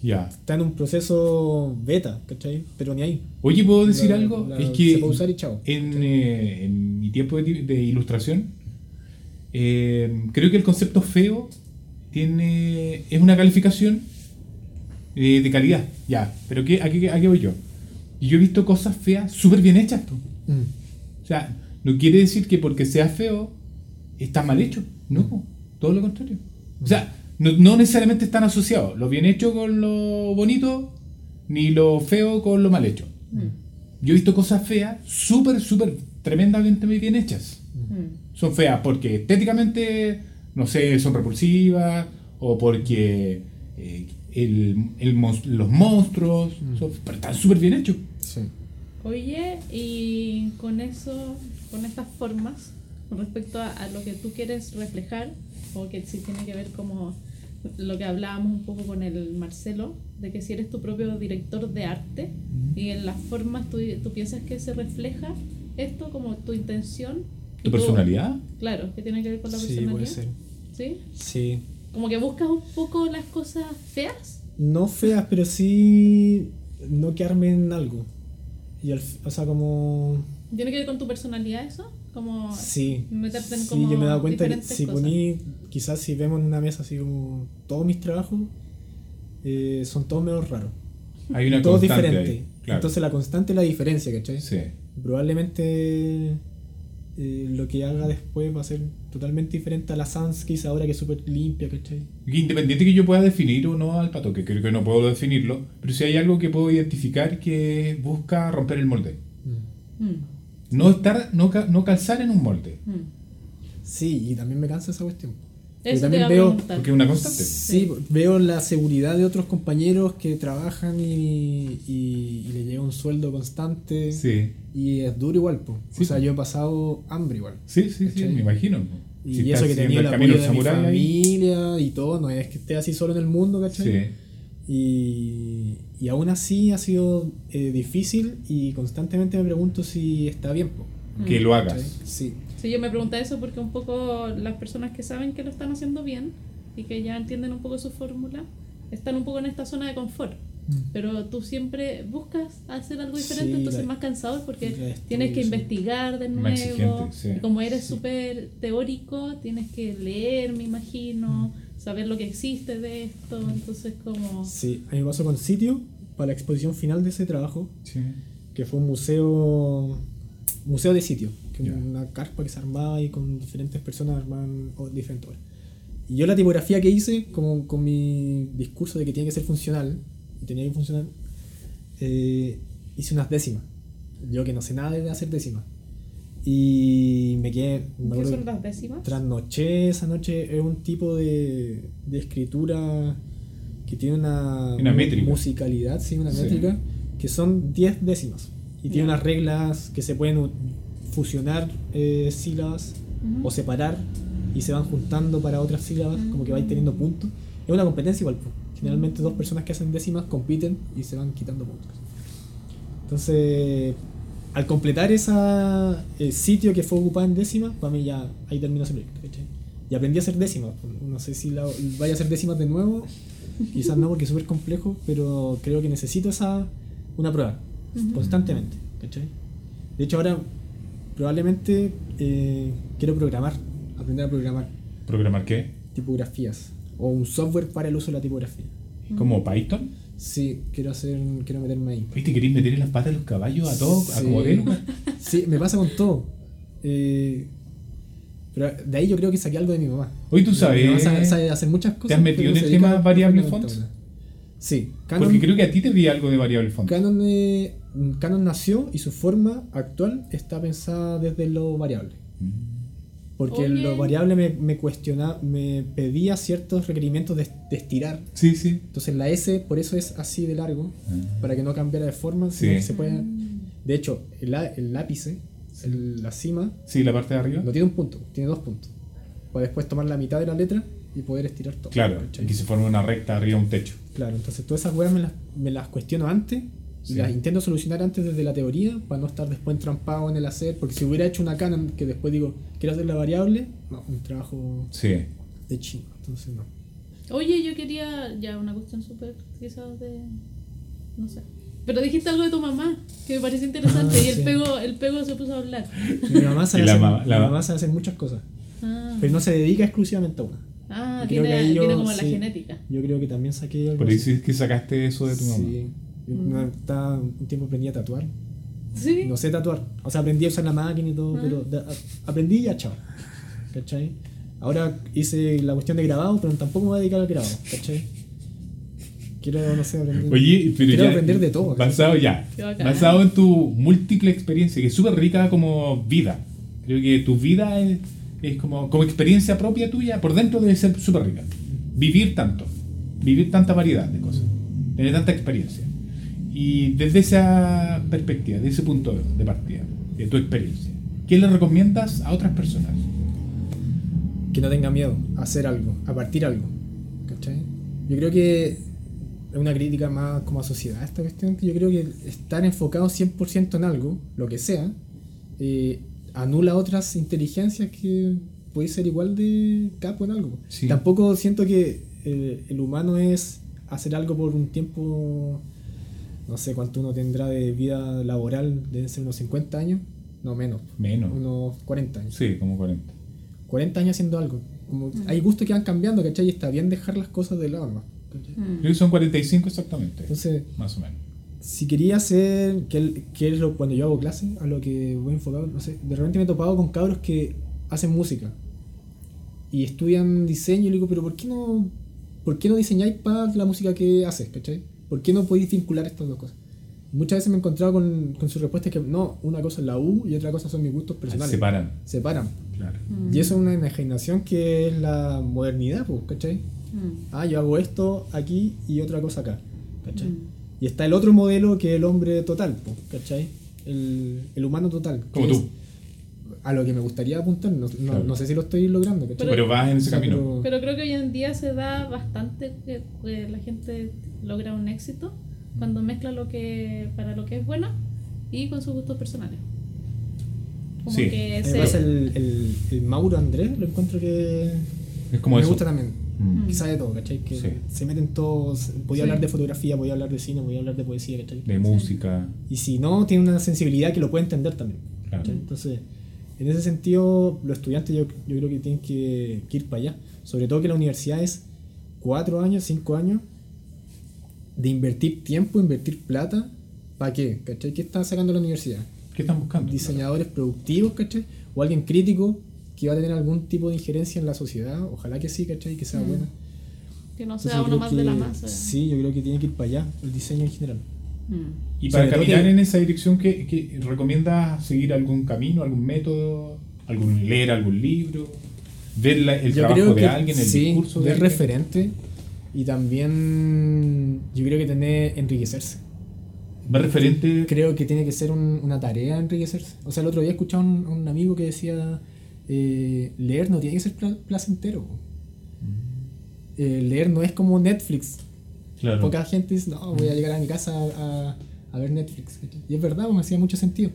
S2: Ya.
S3: Está en un proceso beta, ¿cachai? Pero ni ahí.
S2: Oye, ¿puedo decir
S3: La-
S2: algo?
S3: la-
S2: es que
S3: se puede usar y chao.
S2: En, eh, en mi tiempo de, ti- de ilustración, eh, creo que el concepto feo tiene es una calificación eh, de calidad. Ya, pero ¿qué, a, qué, ¿a qué voy yo? Y yo he visto cosas feas súper bien hechas. tú.
S3: Mm.
S2: O sea, no quiere decir que porque sea feo está mal hecho. No, todo lo contrario. O sea, no, no necesariamente están asociados lo bien hecho con lo bonito, ni lo feo con lo mal hecho.
S1: Mm,
S2: Yo he visto cosas feas, súper, súper, tremendamente muy bien hechas.
S1: Mm.
S2: Son feas porque estéticamente, no sé, son repulsivas, o porque eh, el- el mon- los monstruos, son- pero están súper bien hechos.
S3: Sí.
S1: Oye, y con eso, con estas formas, con respecto a, a lo que tú quieres reflejar, o que sí tiene que ver como lo que hablábamos un poco con el Marcelo, de que si eres tu propio director de arte y en las formas tú, tú piensas que se refleja esto como tu intención. y
S2: ¿Tu personalidad?
S1: Claro, que tiene que ver con la
S3: Sí,
S1: personalidad.
S3: puede ser.
S1: ¿Sí?
S3: Sí.
S1: Como que buscas un poco las cosas feas.
S3: No feas, pero sí no quedarme en algo. Y al, fi- o sea, como...
S1: ¿Tiene que ver con tu personalidad eso? Como
S3: Sí.
S1: meterte en
S3: sí,
S1: como
S3: yo me he dado cuenta que
S1: diferentes
S3: si
S1: cosas.
S3: poní, quizás si vemos en una mesa así como todos mis trabajos, eh, son todos menos raros.
S2: Hay una
S3: todos
S2: constante
S3: diferentes.
S2: ahí, claro.
S3: Entonces la constante es la diferencia, ¿cachai?
S2: Sí.
S3: Probablemente eh, lo que haga después va a ser totalmente diferente a la Sans que hice ahora que es súper limpia, ¿cachai?
S2: Independiente que yo pueda definir o no al pato, que creo que no puedo definirlo, pero si hay algo que puedo identificar que busca romper el molde.
S1: Mm,
S2: No, estar, no, ca- no calzar en un molde,
S1: mm.
S3: Sí, y también me cansa esa cuestión. Pero
S1: Eso te
S3: también
S1: iba a
S3: veo-
S1: preguntar.
S2: porque es una constante.
S3: Sí, veo la seguridad de otros compañeros que trabajan y, y, y le llega un sueldo constante.
S2: Sí.
S3: Y es duro igual, po.
S2: Sí,
S3: o sea,
S2: po.
S3: yo he pasado hambre igual.
S2: Sí, sí, sí,
S3: ¿Cachai?
S2: me imagino.
S3: Y
S2: Si
S3: eso
S2: estás
S3: que tenía
S2: siguiendo
S3: el
S2: el camino del
S3: apoyo de mi
S2: samurái ahí.
S3: familia y todo, no es que esté así solo en el mundo, ¿cachai?
S2: Sí.
S3: Y, y aún así ha sido eh, difícil y constantemente me pregunto si está bien, po.
S2: Que lo
S3: ¿cachai?
S2: hagas.
S3: Sí.
S1: Sí, yo me pregunté eso porque un poco las personas que saben que lo están haciendo bien y que ya entienden un poco su fórmula, están un poco en esta zona de confort. Pero tú siempre buscas hacer algo diferente,
S3: Sí,
S1: entonces
S3: la-
S1: más cansado porque
S3: la estudio,
S1: tienes que
S3: sí.
S1: investigar de
S2: Más
S1: nuevo.
S2: exigente, sí.
S1: Y como eres
S3: Sí.
S1: súper teórico, tienes que leer, me imagino,
S3: Mm.
S1: saber lo que existe de esto. Entonces, como.
S3: Sí, a mí me pasó con Sitio para la exposición final de ese trabajo,
S2: Sí.
S3: que fue un museo museo de sitio, que
S2: Ya.
S3: una carpa que se armaba y con diferentes personas armaban o- diferentes obras. Y yo la tipografía que hice, como con mi discurso de que tiene que ser funcional, y tenía que funcionar, eh, hice unas décimas. Yo que no sé nada de hacer décimas. Y me quedé... me
S1: ¿Qué
S3: acuerdo que-
S1: son las décimas?
S3: Trasnoché esa noche es un tipo de, de escritura que tiene una,
S2: Una métrica.
S3: musicalidad, sí, una
S2: Sí.
S3: métrica, que son 10 décimas. Y
S1: Ya.
S3: tiene unas reglas que se pueden u- fusionar eh, sílabas
S1: Ujú.
S3: o separar y se van juntando para otras sílabas, como que vais teniendo puntos. Es una competencia igual. po. Generalmente dos personas que hacen décimas compiten y se van quitando puntos. Entonces, al completar ese sitio que fue ocupado en décimas, para mí ya ahí terminó ese proyecto. ¿cachai? Y aprendí a hacer décimas. No sé si la, vaya a hacer décimas de nuevo, quizás no porque es súper complejo, pero creo que necesito esa, una prueba
S1: Ujú.
S3: constantemente. ¿cachai? De hecho, ahora probablemente eh, quiero programar, aprender a programar
S2: ¿Programar qué?
S3: tipografías o un software para el uso de la tipografía.
S2: ¿Como Python?
S3: Sí, quiero hacer, quiero meterme ahí.
S2: ¿Viste? ¿Querés meter en las patas los caballos a todos? ¿A
S3: Sí.
S2: como de-
S3: [laughs] Sí, me pasa con todo. Eh, pero de ahí yo creo que saqué algo de mi mamá.
S2: Hoy tú
S3: Mi- Mi mamá
S2: sabes.
S3: sabe, sabe hacer muchas cosas.
S2: has metido
S3: pero
S2: en el
S3: se dedica
S2: tema variable
S3: fundamentalmente
S2: fonts?
S3: a una. Sí,
S2: Porque
S3: Canon,
S2: creo que a ti te vi algo de variable font.
S3: Canon, eh, Canon nació y su forma actual está pensada desde lo variable.
S2: Mm.
S3: Porque
S1: Oye.
S3: lo variable me, me cuestiona, me pedía ciertos requerimientos de, de estirar.
S2: Sí, sí.
S3: Entonces la S por eso es así de largo,
S2: Ah.
S3: para que no cambiara de forma,
S2: Sí.
S3: sino que se pueda...
S1: Mm.
S3: De hecho, el, á- el lápice, el- la cima,
S2: Sí, la parte de arriba.
S3: no tiene un punto, tiene dos puntos. Para después tomar la mitad de la letra y poder estirar todo.
S2: Claro,
S3: ¿cachai?
S2: aquí se forma una recta arriba de un techo.
S3: Claro, entonces todas esas weas me las, me las cuestiono antes
S2: Sí.
S3: y las intento solucionar antes desde la teoría para no estar después entrampado en el hacer. Porque si hubiera hecho una canon que después digo, quiero hacer la variable, no, un trabajo
S2: Sí.
S3: de chino. Entonces no.
S1: Oye, yo quería ya una cuestión súper quizás de... No sé. Pero dijiste algo de tu mamá, que me pareció interesante,
S3: Ah,
S1: y el
S3: sí.
S1: pego, el pego se puso a hablar.
S2: [laughs]
S3: Mi mamá sabe,
S2: Y la
S3: hacer,
S2: ma- la-
S3: mi mamá sabe hacer muchas cosas,
S1: Ah,
S3: pero Pues no se dedica exclusivamente a una.
S1: Ah,
S3: creo que
S1: tiene,
S3: ahí yo-
S1: tiene como la
S3: sí.
S1: genética.
S3: Yo creo que también saqué algo
S2: Por ahí
S3: así.
S2: sí es que sacaste eso de tu mamá.
S3: Sí. Yo una- estaba- un tiempo aprendí a tatuar.
S1: Sí.
S3: No sé tatuar. O sea, aprendí a usar la máquina y todo,
S1: Ah.
S3: pero da- a- aprendí y ya, chao. ¿Cachai? Ahora hice la cuestión de grabado, pero tampoco me voy a dedicar al grabado. ¿Cachai? Quiero, no sé, aprender.
S2: Oye, pero
S3: Quiero
S2: ya- eh,
S3: aprender de todo. ¿cachai?
S2: Basado ya.
S1: Qué bacán.
S2: Basado en tu múltiple experiencia, que es súper rica como vida. Creo que tu vida es, es como, como experiencia propia tuya, por dentro debe ser súper rica. Vivir tanto, vivir tanta variedad de cosas, tener tanta experiencia. Y desde esa perspectiva, desde ese punto de partida, de tu experiencia, ¿qué le recomiendas a otras personas?
S3: Que no tenga miedo a hacer algo, a partir algo. ¿Cachai? Yo creo que es una crítica más como a sociedad esta cuestión, que yo creo que estar enfocado 100% en algo, lo que sea, eh, anula otras inteligencias que puede ser igual de capo en algo.
S2: Sí.
S3: Tampoco siento que eh, el humano es hacer algo por un tiempo, no sé cuánto uno tendrá de vida laboral, deben ser unos 50 años, no menos,
S2: Menos.
S3: unos 40 años.
S2: Sí, como 40.
S3: 40 años haciendo algo. Como Hay gustos que van cambiando, ¿cachai? Y está bien dejar las cosas de lado, ¿no?
S1: Mm.
S2: Creo que son 45 exactamente,
S3: Entonces,
S2: más o menos.
S3: si quería hacer, que, el- que es lo, cuando yo hago clase, a lo que voy enfocado, no sé, de repente me he topado con cabros que hacen música y estudian diseño y le digo, pero ¿por qué no, por qué no diseñáis para la música que haces, cachai? ¿Por qué no podéis vincular estas dos cosas? Muchas veces me he encontrado con, con su respuesta que no, una cosa es la U y otra cosa son mis gustos personales.
S2: Separan,
S3: Separan.
S2: claro.
S1: Mm.
S3: Y eso es una imaginación que es la modernidad, pues, ¿cachai?
S1: Mm.
S3: Ah, yo hago esto aquí y otra cosa acá, ¿cachai?
S1: Mm.
S3: Y está el otro modelo que es el hombre total, po, ¿cachai? El, el humano total. que
S2: Como
S3: es
S2: tú.
S3: A lo que me gustaría apuntar, no, no-
S2: Claro.
S3: no sé si lo estoy logrando, ¿cachai?
S2: Pero, vas en ese
S3: O sea,
S2: camino.
S3: pero-
S1: Pero creo que hoy en día se da bastante que, que la gente logra un éxito cuando mezcla lo que para lo que es bueno y con sus gustos personales. Como
S2: Sí.
S1: que
S3: eh, a mí me
S1: se-
S3: parece el, el- el Mauro Andrés, lo encuentro que
S2: Es como
S3: me
S2: eso.
S3: gusta también.
S2: Mm.
S3: Que sabe todo, ¿cachai? Que
S2: Sí.
S3: se meten todos. Podía
S1: Sí.
S3: hablar de fotografía, podía hablar de cine, podía hablar de poesía, ¿cachai?
S2: de música.
S3: Y si no, tiene una sensibilidad que lo puede entender también.
S2: Claro.
S3: ¿cachai? Entonces, en ese sentido, los estudiantes yo, yo creo que tienen que, que ir para allá. Sobre todo que la universidad es cuatro años, cinco años de invertir tiempo, invertir plata. ¿Para qué? ¿Cachai? ¿Qué está sacando la universidad?
S2: ¿Qué están buscando?
S3: Diseñadores productivos, ¿cachai? O alguien crítico que va a tener algún tipo de injerencia en la sociedad. Ojalá que sí, ¿cachai? Que sea
S1: Mm.
S3: buena.
S1: que no
S3: Entonces,
S1: sea
S3: yo
S1: uno
S3: creo
S1: más
S3: que-
S1: de la masa.
S3: Sí, yo creo que tiene que ir para allá, el diseño en general.
S1: Mm.
S2: Y
S3: Sobre
S2: para
S3: todo
S2: caminar
S3: que-
S2: en esa dirección, ¿qué, qué recomiendas seguir algún camino, algún método, algún leer algún libro, ver la- el trabajo de alguien, el
S3: sí,
S2: discurso de
S3: ver
S2: alguien?
S3: referente y también yo creo que tener enriquecerse.
S2: Ver referente.
S3: Creo que tiene que ser un- una tarea enriquecerse. O sea, el otro día escuchaba a un, a un amigo que decía eh, leer no tiene que ser pla-
S2: Mm.
S3: placentero. po. Eh, leer no es como Netflix.
S2: Claro.
S3: Poca gente dice, no, voy a llegar a mi casa a, a ver Netflix. ¿cachai? Y es verdad, po, me pues, hacía mucho sentido.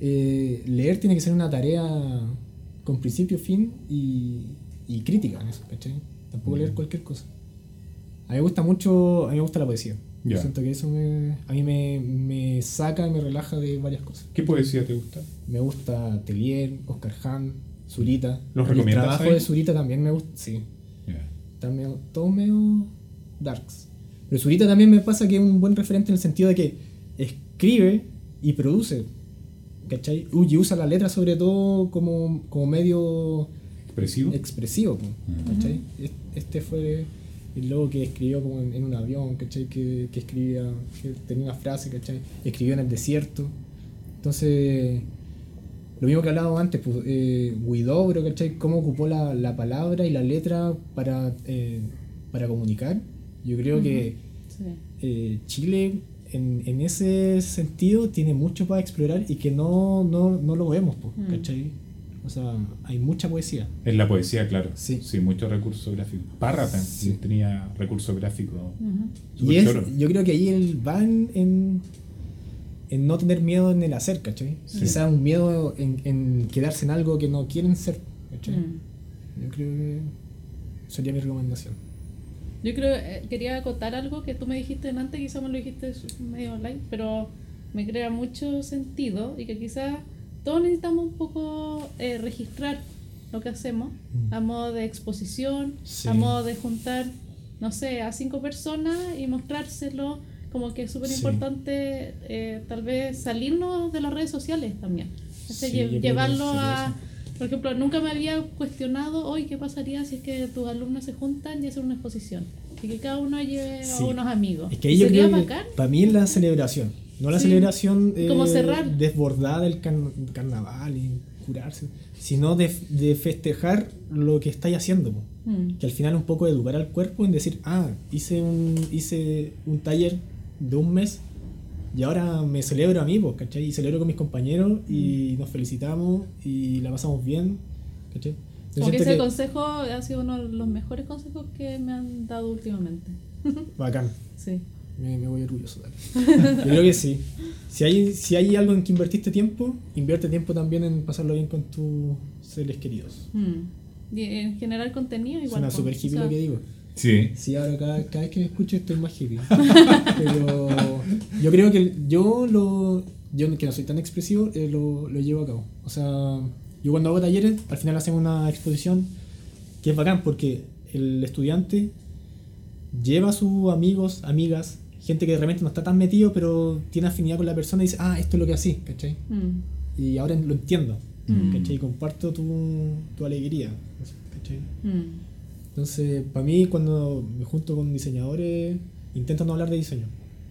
S3: eh, leer tiene que ser una tarea con principio, fin y, y crítica en eso, ¿cachai? Tampoco leer cualquier cosa. A mí me gusta mucho, a mí me gusta la poesía. Yo
S2: Ya.
S3: Siento que eso me- a mí me, me saca, me relaja de varias cosas.
S2: ¿Qué poesía te gusta?
S3: Me gusta Telier, Oscar Hahn, Zurita.
S2: ¿Los
S3: el
S2: recomiendas
S3: trabajo
S2: ahí?
S3: de Zurita también me gusta, sí.
S2: Ya.
S3: Está medio, todo medio darks. Pero Zurita también me pasa que es un buen referente en el sentido de que escribe y produce. ¿Cachai? Y usa la letra sobre todo como, como medio
S2: ¿Expresivo?
S3: expresivo. po,
S2: Ujú.
S3: ¿cachai? Es- Este fue el loco que escribió como en, en un avión, ¿cachai? Que, que escribía, que tenía una frase, ¿cachai? Escribió en el desierto. Entonces, lo mismo que hablábamos antes, pues, eh, Huidobro, ¿cachai? Cómo ocupó la, la palabra y la letra para, eh, para comunicar. Yo creo que
S1: Sí.
S3: eh, Chile en, en ese sentido tiene mucho para explorar y que no, no, no lo vemos, po,
S1: Mm.
S3: ¿cachai? O sea, hay mucha poesía.
S2: Es la poesía, claro.
S3: Sí.
S2: Sí, mucho recurso gráfico. Párrafo
S3: Sí.
S2: tenía recurso gráfico.
S1: Ujú.
S2: súper
S3: Y es,
S2: choro.
S3: yo creo que ahí el van en, en no tener miedo en el hacer, ¿cachai?
S2: Sí.
S3: Quizás un miedo en, en quedarse en algo que no quieren ser, ¿cachai?
S1: Mm.
S3: Yo creo que sería mi recomendación.
S1: Yo creo, eh, quería acotar algo que tú me dijiste antes, quizás me lo dijiste su- medio online, pero me crea mucho sentido y que quizás todos necesitamos un poco eh, registrar lo que hacemos
S3: Mm.
S1: a modo de exposición,
S3: Sí.
S1: a modo de juntar, no sé, a cinco personas y mostrárselo, como que es súper
S3: Sí.
S1: importante eh, tal vez salirnos de las redes sociales también. O sea,
S3: Sí,
S1: lle-
S3: yo creo que
S1: llevarlo
S3: sería
S1: a... Por ejemplo, nunca me había cuestionado hoy qué pasaría si es que tus alumnos se juntan y hacen una exposición. Y que cada uno lleve
S3: Sí.
S1: a unos amigos.
S3: Es que ahí yo
S1: Sería
S3: creo que
S1: bacán.
S3: para mí es la celebración, no la
S1: Sí.
S3: celebración eh,
S1: Como cerrar.
S3: desbordada del can- carnaval y curarse, sino de, de festejar lo que estáis haciendo. po.
S1: Mm.
S3: que al final un poco educar al cuerpo en decir, ah, hice un, hice un taller de un mes y ahora me celebro a mí, pues, ¿cachai? Y celebro con mis compañeros y
S1: Mm.
S3: nos felicitamos y la pasamos bien, ¿cachai? Yo
S1: Como que
S3: siento
S1: ese
S3: que-
S1: consejo ha sido uno de los mejores consejos que me han dado últimamente.
S3: Bacán,
S1: Sí.
S3: me, me voy orgulloso. dale.
S1: [laughs]
S3: Yo creo que sí. Si hay, si hay algo en que invertiste tiempo, invierte tiempo también en pasarlo bien con tus seres queridos.
S1: Mm. Y en general contenido igual.
S3: Suena
S1: pues,
S3: súper hippie
S1: o sea,
S3: lo que digo.
S2: Sí.
S3: Sí, ahora cada, cada vez que me escucho estoy más hippie. [laughs] Pero yo creo que yo lo. Yo que no soy tan expresivo, eh, lo, lo llevo a cabo. O sea, yo cuando hago talleres, al final hacemos una exposición que es bacán porque el estudiante lleva a sus amigos, amigas, gente que de repente no está tan metido, pero tiene afinidad con la persona y dice, ah, esto es lo que así, ¿cachai?
S1: mm.
S3: Y ahora lo entiendo,
S1: Mm.
S3: ¿cachai? Y comparto tu, tu alegría, ¿cachai?
S1: Mm.
S3: Entonces, para mí, cuando me junto con diseñadores, intento no hablar de diseño.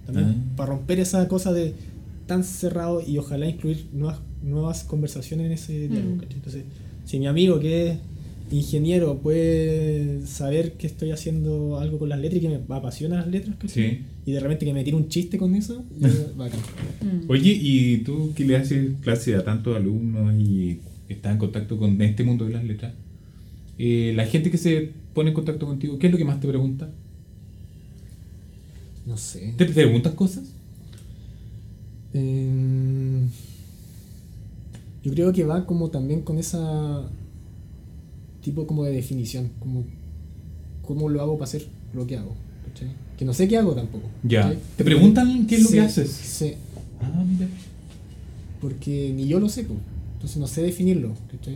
S3: También
S2: Ah.
S3: para romper esa cosa de tan cerrado y ojalá incluir nuevas, nuevas conversaciones en ese diálogo.
S1: Mm.
S3: ¿cachai? Entonces, si mi amigo que es ingeniero puede saber que estoy haciendo algo con las letras y que me apasiona las letras, ¿cachai?
S2: Sí.
S3: y de repente que me tire un chiste con eso, yo- bacán.
S1: Mm.
S2: Oye, ¿y tú que le haces clase a tantos alumnos y estás en contacto con este mundo de las letras? eh, la gente que se pone en contacto contigo, ¿qué es lo que más te pregunta?
S3: no sé.
S2: ¿Te preguntas cosas?
S3: Eh, yo creo que va como también con esa tipo como de definición, como cómo lo hago para hacer lo que hago, ¿cachai? Que no sé qué hago tampoco.
S2: Ya.
S3: ¿cachai?
S2: ¿Te preguntan qué es lo
S3: Sí,
S2: que haces?
S3: Sí,
S2: Ah, mira.
S3: porque ni yo lo sé, pues. entonces no sé definirlo, ¿cachai?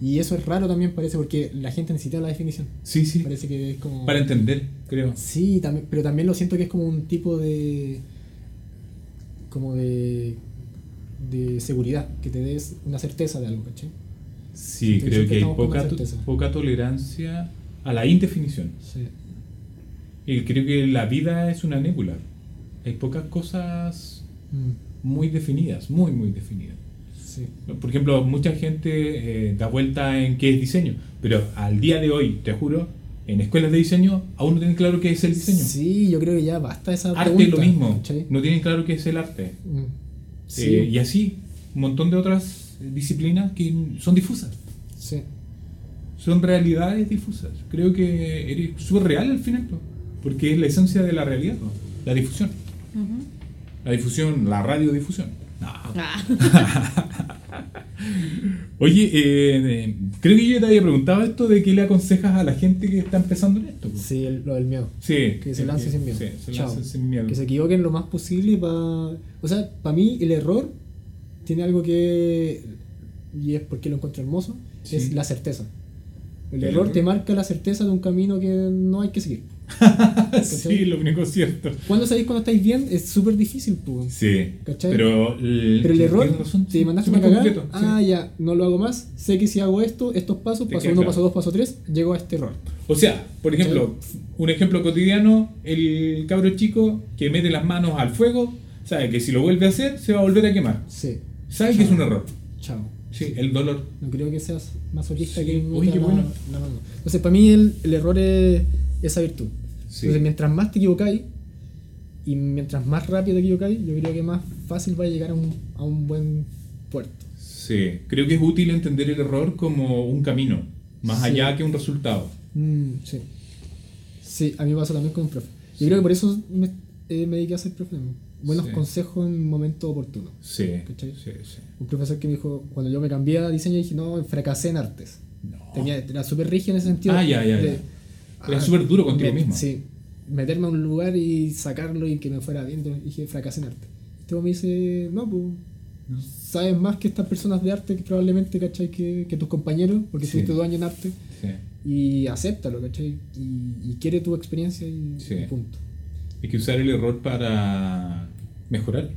S3: Y eso es raro también parece porque la gente necesita la definición.
S2: Sí, sí.
S3: Parece que es como...
S2: Para entender, creo.
S3: Sí, también, pero también lo siento que es como un tipo de. como de. de seguridad, que te des una certeza de algo, ¿cachai?
S2: Sí,
S3: Entonces,
S2: creo que hay
S3: estamos con
S2: poca, to-
S3: certeza.
S2: poca tolerancia a la indefinición.
S3: Sí.
S2: Y creo que la vida es una nébula. Hay pocas cosas
S3: Mm.
S2: muy definidas, muy, muy definidas.
S3: sí.
S2: Por ejemplo, mucha gente eh, da vuelta en qué es diseño, pero al día de hoy, te juro, en escuelas de diseño aún no tienen claro qué es el diseño.
S3: Sí, yo creo que ya basta esa
S2: arte es
S3: pregunta,
S2: lo mismo,
S3: ¿cachai?
S2: no tienen claro qué es el arte.
S3: Mm. Sí,
S2: Eh, y así, un montón de otras disciplinas que son difusas,
S3: sí.
S2: son realidades difusas. Creo que eres surreal al final, po, porque es la esencia de la realidad, po, la difusión.
S1: Ujú.
S3: [laughs]
S2: La difusión, la radiodifusión. No,
S1: Ah.
S2: Oye, eh, eh, creo que yo te había preguntado esto de qué le aconsejas a la gente que está empezando en esto. po.
S3: Sí, el- lo del miedo.
S2: Sí.
S3: Que se lance sin miedo.
S2: Sí, se
S3: Chao.
S2: lance sin miedo. [laughs]
S3: Que se equivoquen lo más posible para... O sea, para mí el error tiene algo que... Y es porque lo encuentro hermoso.
S2: Sí.
S3: Es la certeza. El,
S2: El
S3: error,
S2: error.
S3: te marca la certeza de un camino que no hay que seguir.
S2: sí, lo único cierto.
S3: Cuando sabéis cuando estáis bien es súper difícil, pues.
S2: Sí.
S3: ¿Cachai?
S2: Pero el,
S3: Pero el error,
S2: tienes razón,
S3: te
S2: sí,
S3: mandaste una
S2: súper
S3: cagada.
S2: completo, sí.
S3: ah, ya, no lo hago más. Sé que si hago esto, estos pasos,
S2: Te
S3: paso
S2: queda
S3: uno,
S2: claro.
S3: paso dos, paso tres, llego a este error.
S2: O sea, por ejemplo, un ejemplo cotidiano, el cabro chico que mete las manos al fuego, sabe que si lo vuelve a hacer, se va a volver a quemar.
S3: Sí,
S2: Sabe que es un error.
S3: chao.
S2: Sí, el dolor.
S3: No creo que seas masoquista
S2: Sí,
S3: que
S2: oye,
S3: meta
S2: qué
S3: la-
S2: bueno.
S3: la mano. Entonces, para mí el, el error es esa virtud.
S2: Sí.
S3: Entonces, mientras más te equivocáis y mientras más rápido te equivocáis, yo creo que más fácil va a llegar a un, a un buen puerto.
S2: Sí, creo que es útil entender el error como un camino, más
S3: Sí.
S2: allá que un resultado.
S3: Mm, sí. Sí, a mí me pasó también con un profe. Yo creo que por eso me, eh, me dediqué a ser profe. Buenos
S2: Sí.
S3: consejos en momento oportuno.
S2: Sí,
S3: ¿Cachai?
S2: sí, sí.
S3: Un profesor que me dijo, cuando yo me cambié a diseño, dije, no, fracasé en artes.
S2: No.
S3: Tenía, era súper rígido en ese sentido.
S2: Ah, ya, ya,
S3: de- Ah,
S2: ya. Era súper duro contigo
S3: me-
S2: mismo.
S3: Sí. Meterme a un lugar y sacarlo y que me fuera bien. entonces Dije, fracasé en arte. Este me dice, no, pues,
S2: No.
S3: sabes más que estas personas de arte que probablemente, ¿cachai? Que, que tus compañeros, porque
S2: Sí.
S3: estuviste dos años en arte.
S2: Sí.
S3: Y acéptalo, ¿cachai? Y, y quiere tu experiencia y,
S2: Sí.
S3: y punto.
S2: Hay que usar el error para mejorar.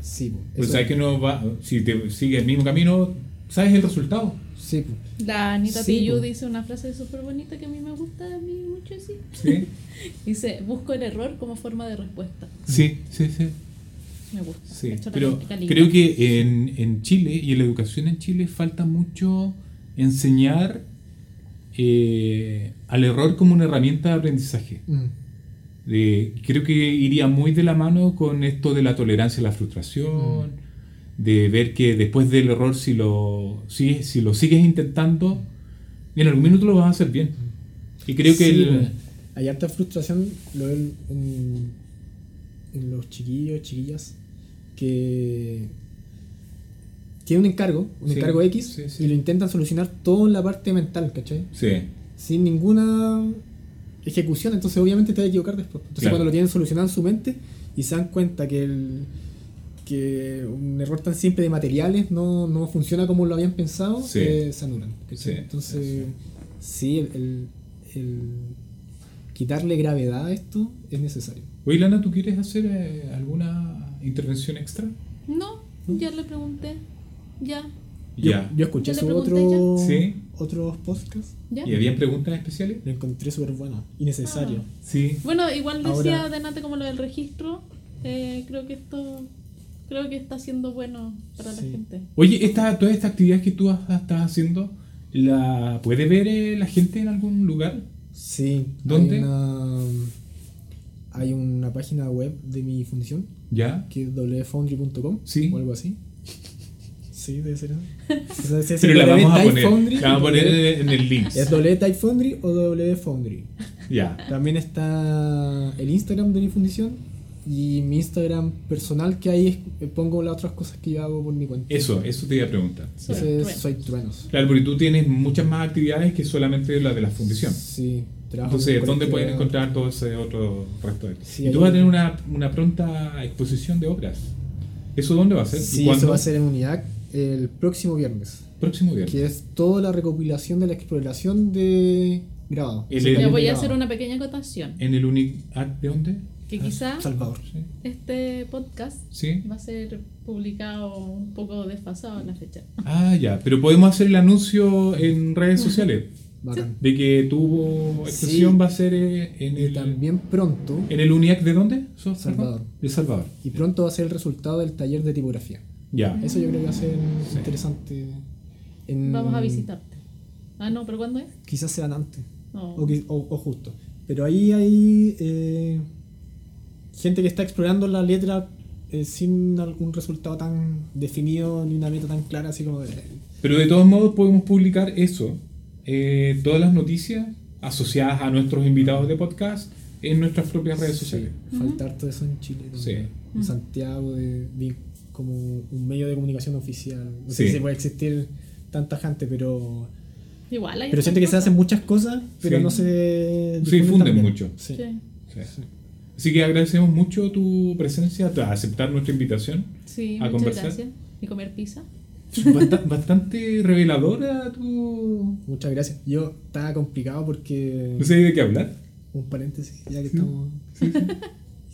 S3: Sí, pues.
S2: Pues
S3: eso-
S2: sabes que no va, si te sigue el mismo camino, sabes el resultado.
S3: Sí, pues.
S1: La Anita
S3: Sí,
S1: Tijoux
S3: po.
S1: dice una frase súper bonita que a mí me gusta a mí mucho, sí.
S3: [laughs]
S2: Sí,
S1: Dice, busco el error como forma de respuesta.
S2: sí, sí, sí.
S1: Me gusta.
S2: Sí,
S1: Esto
S2: pero
S1: también está lindo.
S2: creo que en, en Chile y en la educación en Chile falta mucho enseñar eh, al error como una herramienta de aprendizaje.
S3: Mm.
S2: De- creo que iría muy de la mano con esto de la tolerancia a la
S3: Mm.
S2: frustración, de ver que después del error, si lo, si, si lo sigues intentando, en algún minuto lo vas a hacer bien.
S3: mm.
S2: Y creo que
S3: Sí, pues.
S2: el-
S3: bueno, hay harta frustración lo veo en, en- en los chiquillos, chiquillas, que tienen un encargo, un
S2: Sí,
S3: encargo X,
S2: sí, sí.
S3: y lo intentan solucionar todo en la parte mental, ¿cachai?
S2: Sí,
S3: Sin ninguna ejecución, entonces obviamente te vas a equivocar después. Entonces
S2: Claro.
S3: cuando lo tienen solucionado en su mente y se dan cuenta que el que un error tan simple de materiales no, no funciona como lo habían pensado,
S2: Sí.
S3: eh, se anulan. ¿cachai?
S2: Sí,
S3: Entonces,
S2: sí,
S3: sí, el, el- el quitarle gravedad a esto es necesario.
S2: Oye, Lana, ¿tú quieres hacer eh, alguna intervención extra?
S1: No, ya le pregunté. Ya,
S3: Yo,
S2: Ya.
S3: yo escuché
S1: ¿Ya le
S3: su
S1: pregunté
S3: otro,
S2: ya? Sí.
S3: otros podcasts,
S1: ya.
S2: ¿Y habían preguntas especiales?
S3: lo encontré súper bueno y necesario.
S1: Ah.
S2: Sí.
S1: Bueno, igual decía
S3: Ahora-
S1: delante como lo del registro. eh, creo que esto creo que está siendo bueno para la
S3: Sí.
S1: gente.
S2: Oye, esta, todas estas actividades que tú ha- estás haciendo, ¿la puede ver eh, la gente en algún lugar?
S3: Sí.
S2: ¿Dónde?
S3: Hay una, hay una página web de mi fundición
S2: ¿Ya?
S3: que es wfoundry.com
S2: Sí.
S3: o algo así. Sí, debe ser. ¿no? O sea, si es
S2: Pero la
S3: W
S2: vamos a
S3: Type
S2: poner,
S3: Foundry,
S2: la vamos a poner
S3: W-
S2: en el link.
S3: ¿Es wtypefoundry o wfoundry?
S2: Ya.
S3: También está el Instagram de mi fundición y mi Instagram personal que ahí es- pongo las otras cosas que yo hago por mi cuenta.
S2: Eso, eso te iba a preguntar.
S1: Soy
S3: Entonces,
S1: Truenos.
S3: soy truenos.
S2: Claro, porque tú tienes muchas más actividades que solamente la de la fundición.
S3: Sí, trabajo.
S2: Entonces,
S3: con
S2: ¿dónde
S3: colectividad.
S2: pueden encontrar todo ese otro resto de
S3: Sí,
S2: Y tú
S3: ahí-
S2: vas a tener una, una pronta exposición de obras. ¿Eso dónde va a ser? ¿Y
S3: Sí,
S2: cuándo?
S3: eso va a ser en Unidad el próximo viernes.
S2: Próximo viernes.
S3: que es toda la recopilación de la exploración de grabado.
S2: El-
S1: Ya
S2: También
S1: voy a
S3: grabado.
S1: hacer una pequeña acotación.
S2: ¿En el UNIAC de dónde?
S1: Que
S3: Ah,
S1: quizá
S3: Salvador.
S2: Sí.
S1: este podcast
S2: ¿Sí?
S1: va a ser publicado un poco desfasado en la fecha.
S2: Ah, ya. Pero podemos hacer el anuncio en redes sociales
S3: Bacán.
S2: de que tu exposición
S3: Sí.
S2: va a ser eh, en
S3: Y
S2: el,
S3: también pronto,
S2: en el UNIAC de dónde? ¿Sos,
S3: Salvador.
S2: De Salvador.
S3: y pronto va a ser el resultado del taller de tipografía.
S2: Ya.
S3: Eso yo creo que va a ser
S2: Sí.
S3: interesante. en-
S1: Vamos a visitarte. Ah, no, pero ¿cuándo es?
S3: Quizás sean antes,
S1: No.
S3: o, qui- o- o justo. Pero ahí hay eh, gente que está explorando la letra eh, sin algún resultado tan definido ni una meta tan clara, así como de,
S2: Pero de todos modos podemos publicar eso, eh, todas las noticias asociadas a nuestros invitados de podcast en nuestras propias redes sociales.
S3: Faltar todo eso en Chile.
S2: Sí.
S3: En Santiago, de, de como un medio de comunicación oficial. No sé
S2: Sí.
S3: si puede existir tan tajante, pero,
S1: Igual hay
S3: pero siento que se
S1: otras
S3: hacen muchas cosas, pero
S2: Sí.
S3: no se
S2: Se difunden
S3: tan bien.
S2: mucho.
S3: Sí.
S1: cosas. Sí.
S2: Sí. Así que agradecemos mucho tu presencia, a aceptar nuestra invitación.
S1: Sí,
S2: ¿A
S1: muchas
S2: conversar?
S1: gracias. Y comer pizza.
S2: Basta- bastante reveladora tu...
S3: Muchas gracias. Yo estaba complicado porque...
S2: No sé de qué hablar.
S3: Un paréntesis, ya que estamos... Sí,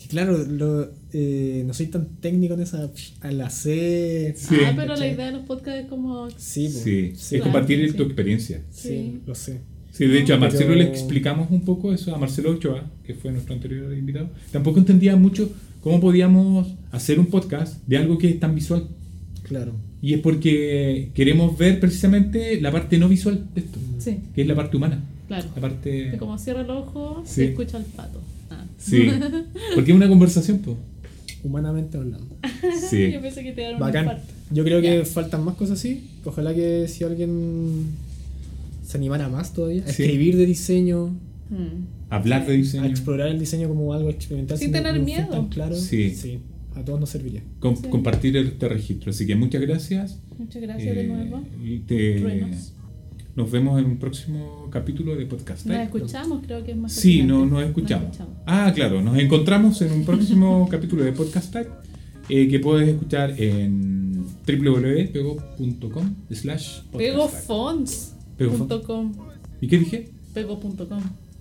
S3: Claro, lo- eh, no soy tan técnico en esa... A la C...
S2: Sí.
S1: ah, pero la
S3: ¿cachai?
S1: idea de los podcasts es como.
S3: Sí,
S2: [laughs]
S3: po.
S2: Sí,
S3: sí,
S2: es
S1: claro,
S2: compartir
S1: sí.
S2: tu experiencia.
S3: sí, lo sé.
S2: Sí, de hecho, a
S3: Pero-
S2: Marcelo le explicamos un poco eso, a Marcelo Ochoa, que fue nuestro anterior invitado. Tampoco entendía mucho cómo podíamos hacer un podcast de algo que es tan visual.
S3: Claro.
S2: Y es porque queremos ver precisamente la parte no visual de esto,
S1: Sí,
S2: que es la parte humana,
S1: claro.
S2: la parte...
S1: Que como cierra el ojo,
S2: Sí.
S1: se escucha el pato. Ah. [laughs]
S2: Sí, porque es una conversación, pues.
S3: Humanamente hablando.
S2: Sí.
S1: Yo pensé que te dieron un
S3: Bacán.
S1: infarto.
S3: Yo creo que
S1: Ya.
S3: faltan más cosas así. Ojalá que si alguien se animara más todavía a
S2: Sí.
S3: escribir de diseño,
S1: Mm.
S2: Hablar de
S3: a
S2: diseño,
S3: explorar el diseño como algo experimental.
S1: Sin
S3: no-
S1: tener
S3: no fue
S1: miedo.
S3: tan claro.
S2: Sí.
S3: A todos nos serviría.
S2: com-
S1: Sí.
S2: compartir este registro. Así que muchas gracias.
S1: Muchas gracias de
S2: Eh,
S1: nuevo.
S2: y te-
S1: Truenos.
S2: nos vemos en un próximo capítulo de podcast.
S1: Nos
S2: ¿eh?
S1: escuchamos, creo que es más
S2: Sí,
S1: fascinante.
S2: no, nos escuchamos. Ah, claro, nos encontramos en un próximo [laughs] capítulo de Podcast Type eh, que puedes escuchar en www.pego.com slash podcast ¿eh? Type.
S1: Pegofons.com.
S2: ¿Y qué dije?
S1: Pego.com.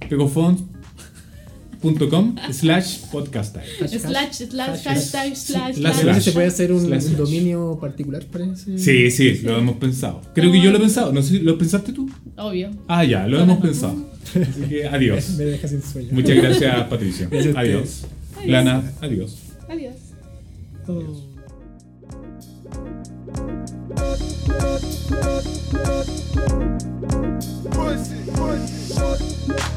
S2: pegofont.com slash podcast Type.
S1: Slash, slash,
S3: Hashtag.
S1: hashtag, slash,
S2: Slash.
S1: hashtag.
S3: se puede hacer un,
S2: Slash,
S3: un
S2: slash.
S3: dominio particular, parece.
S2: Sí, sí, lo hemos pensado. Creo que yo lo he pensado. No sé, ¿lo pensaste tú?
S1: Obvio.
S2: Ah, ya, lo
S1: Bueno,
S2: hemos
S1: no.
S2: pensado. Así que adiós.
S3: [laughs] Me deja sin sueño.
S2: Muchas gracias, Patricio.
S3: Gracias a
S2: Adiós.
S1: Adiós.
S2: Lana, adiós.
S1: Adiós.
S3: Oh.
S4: pussy, pussy, pussy.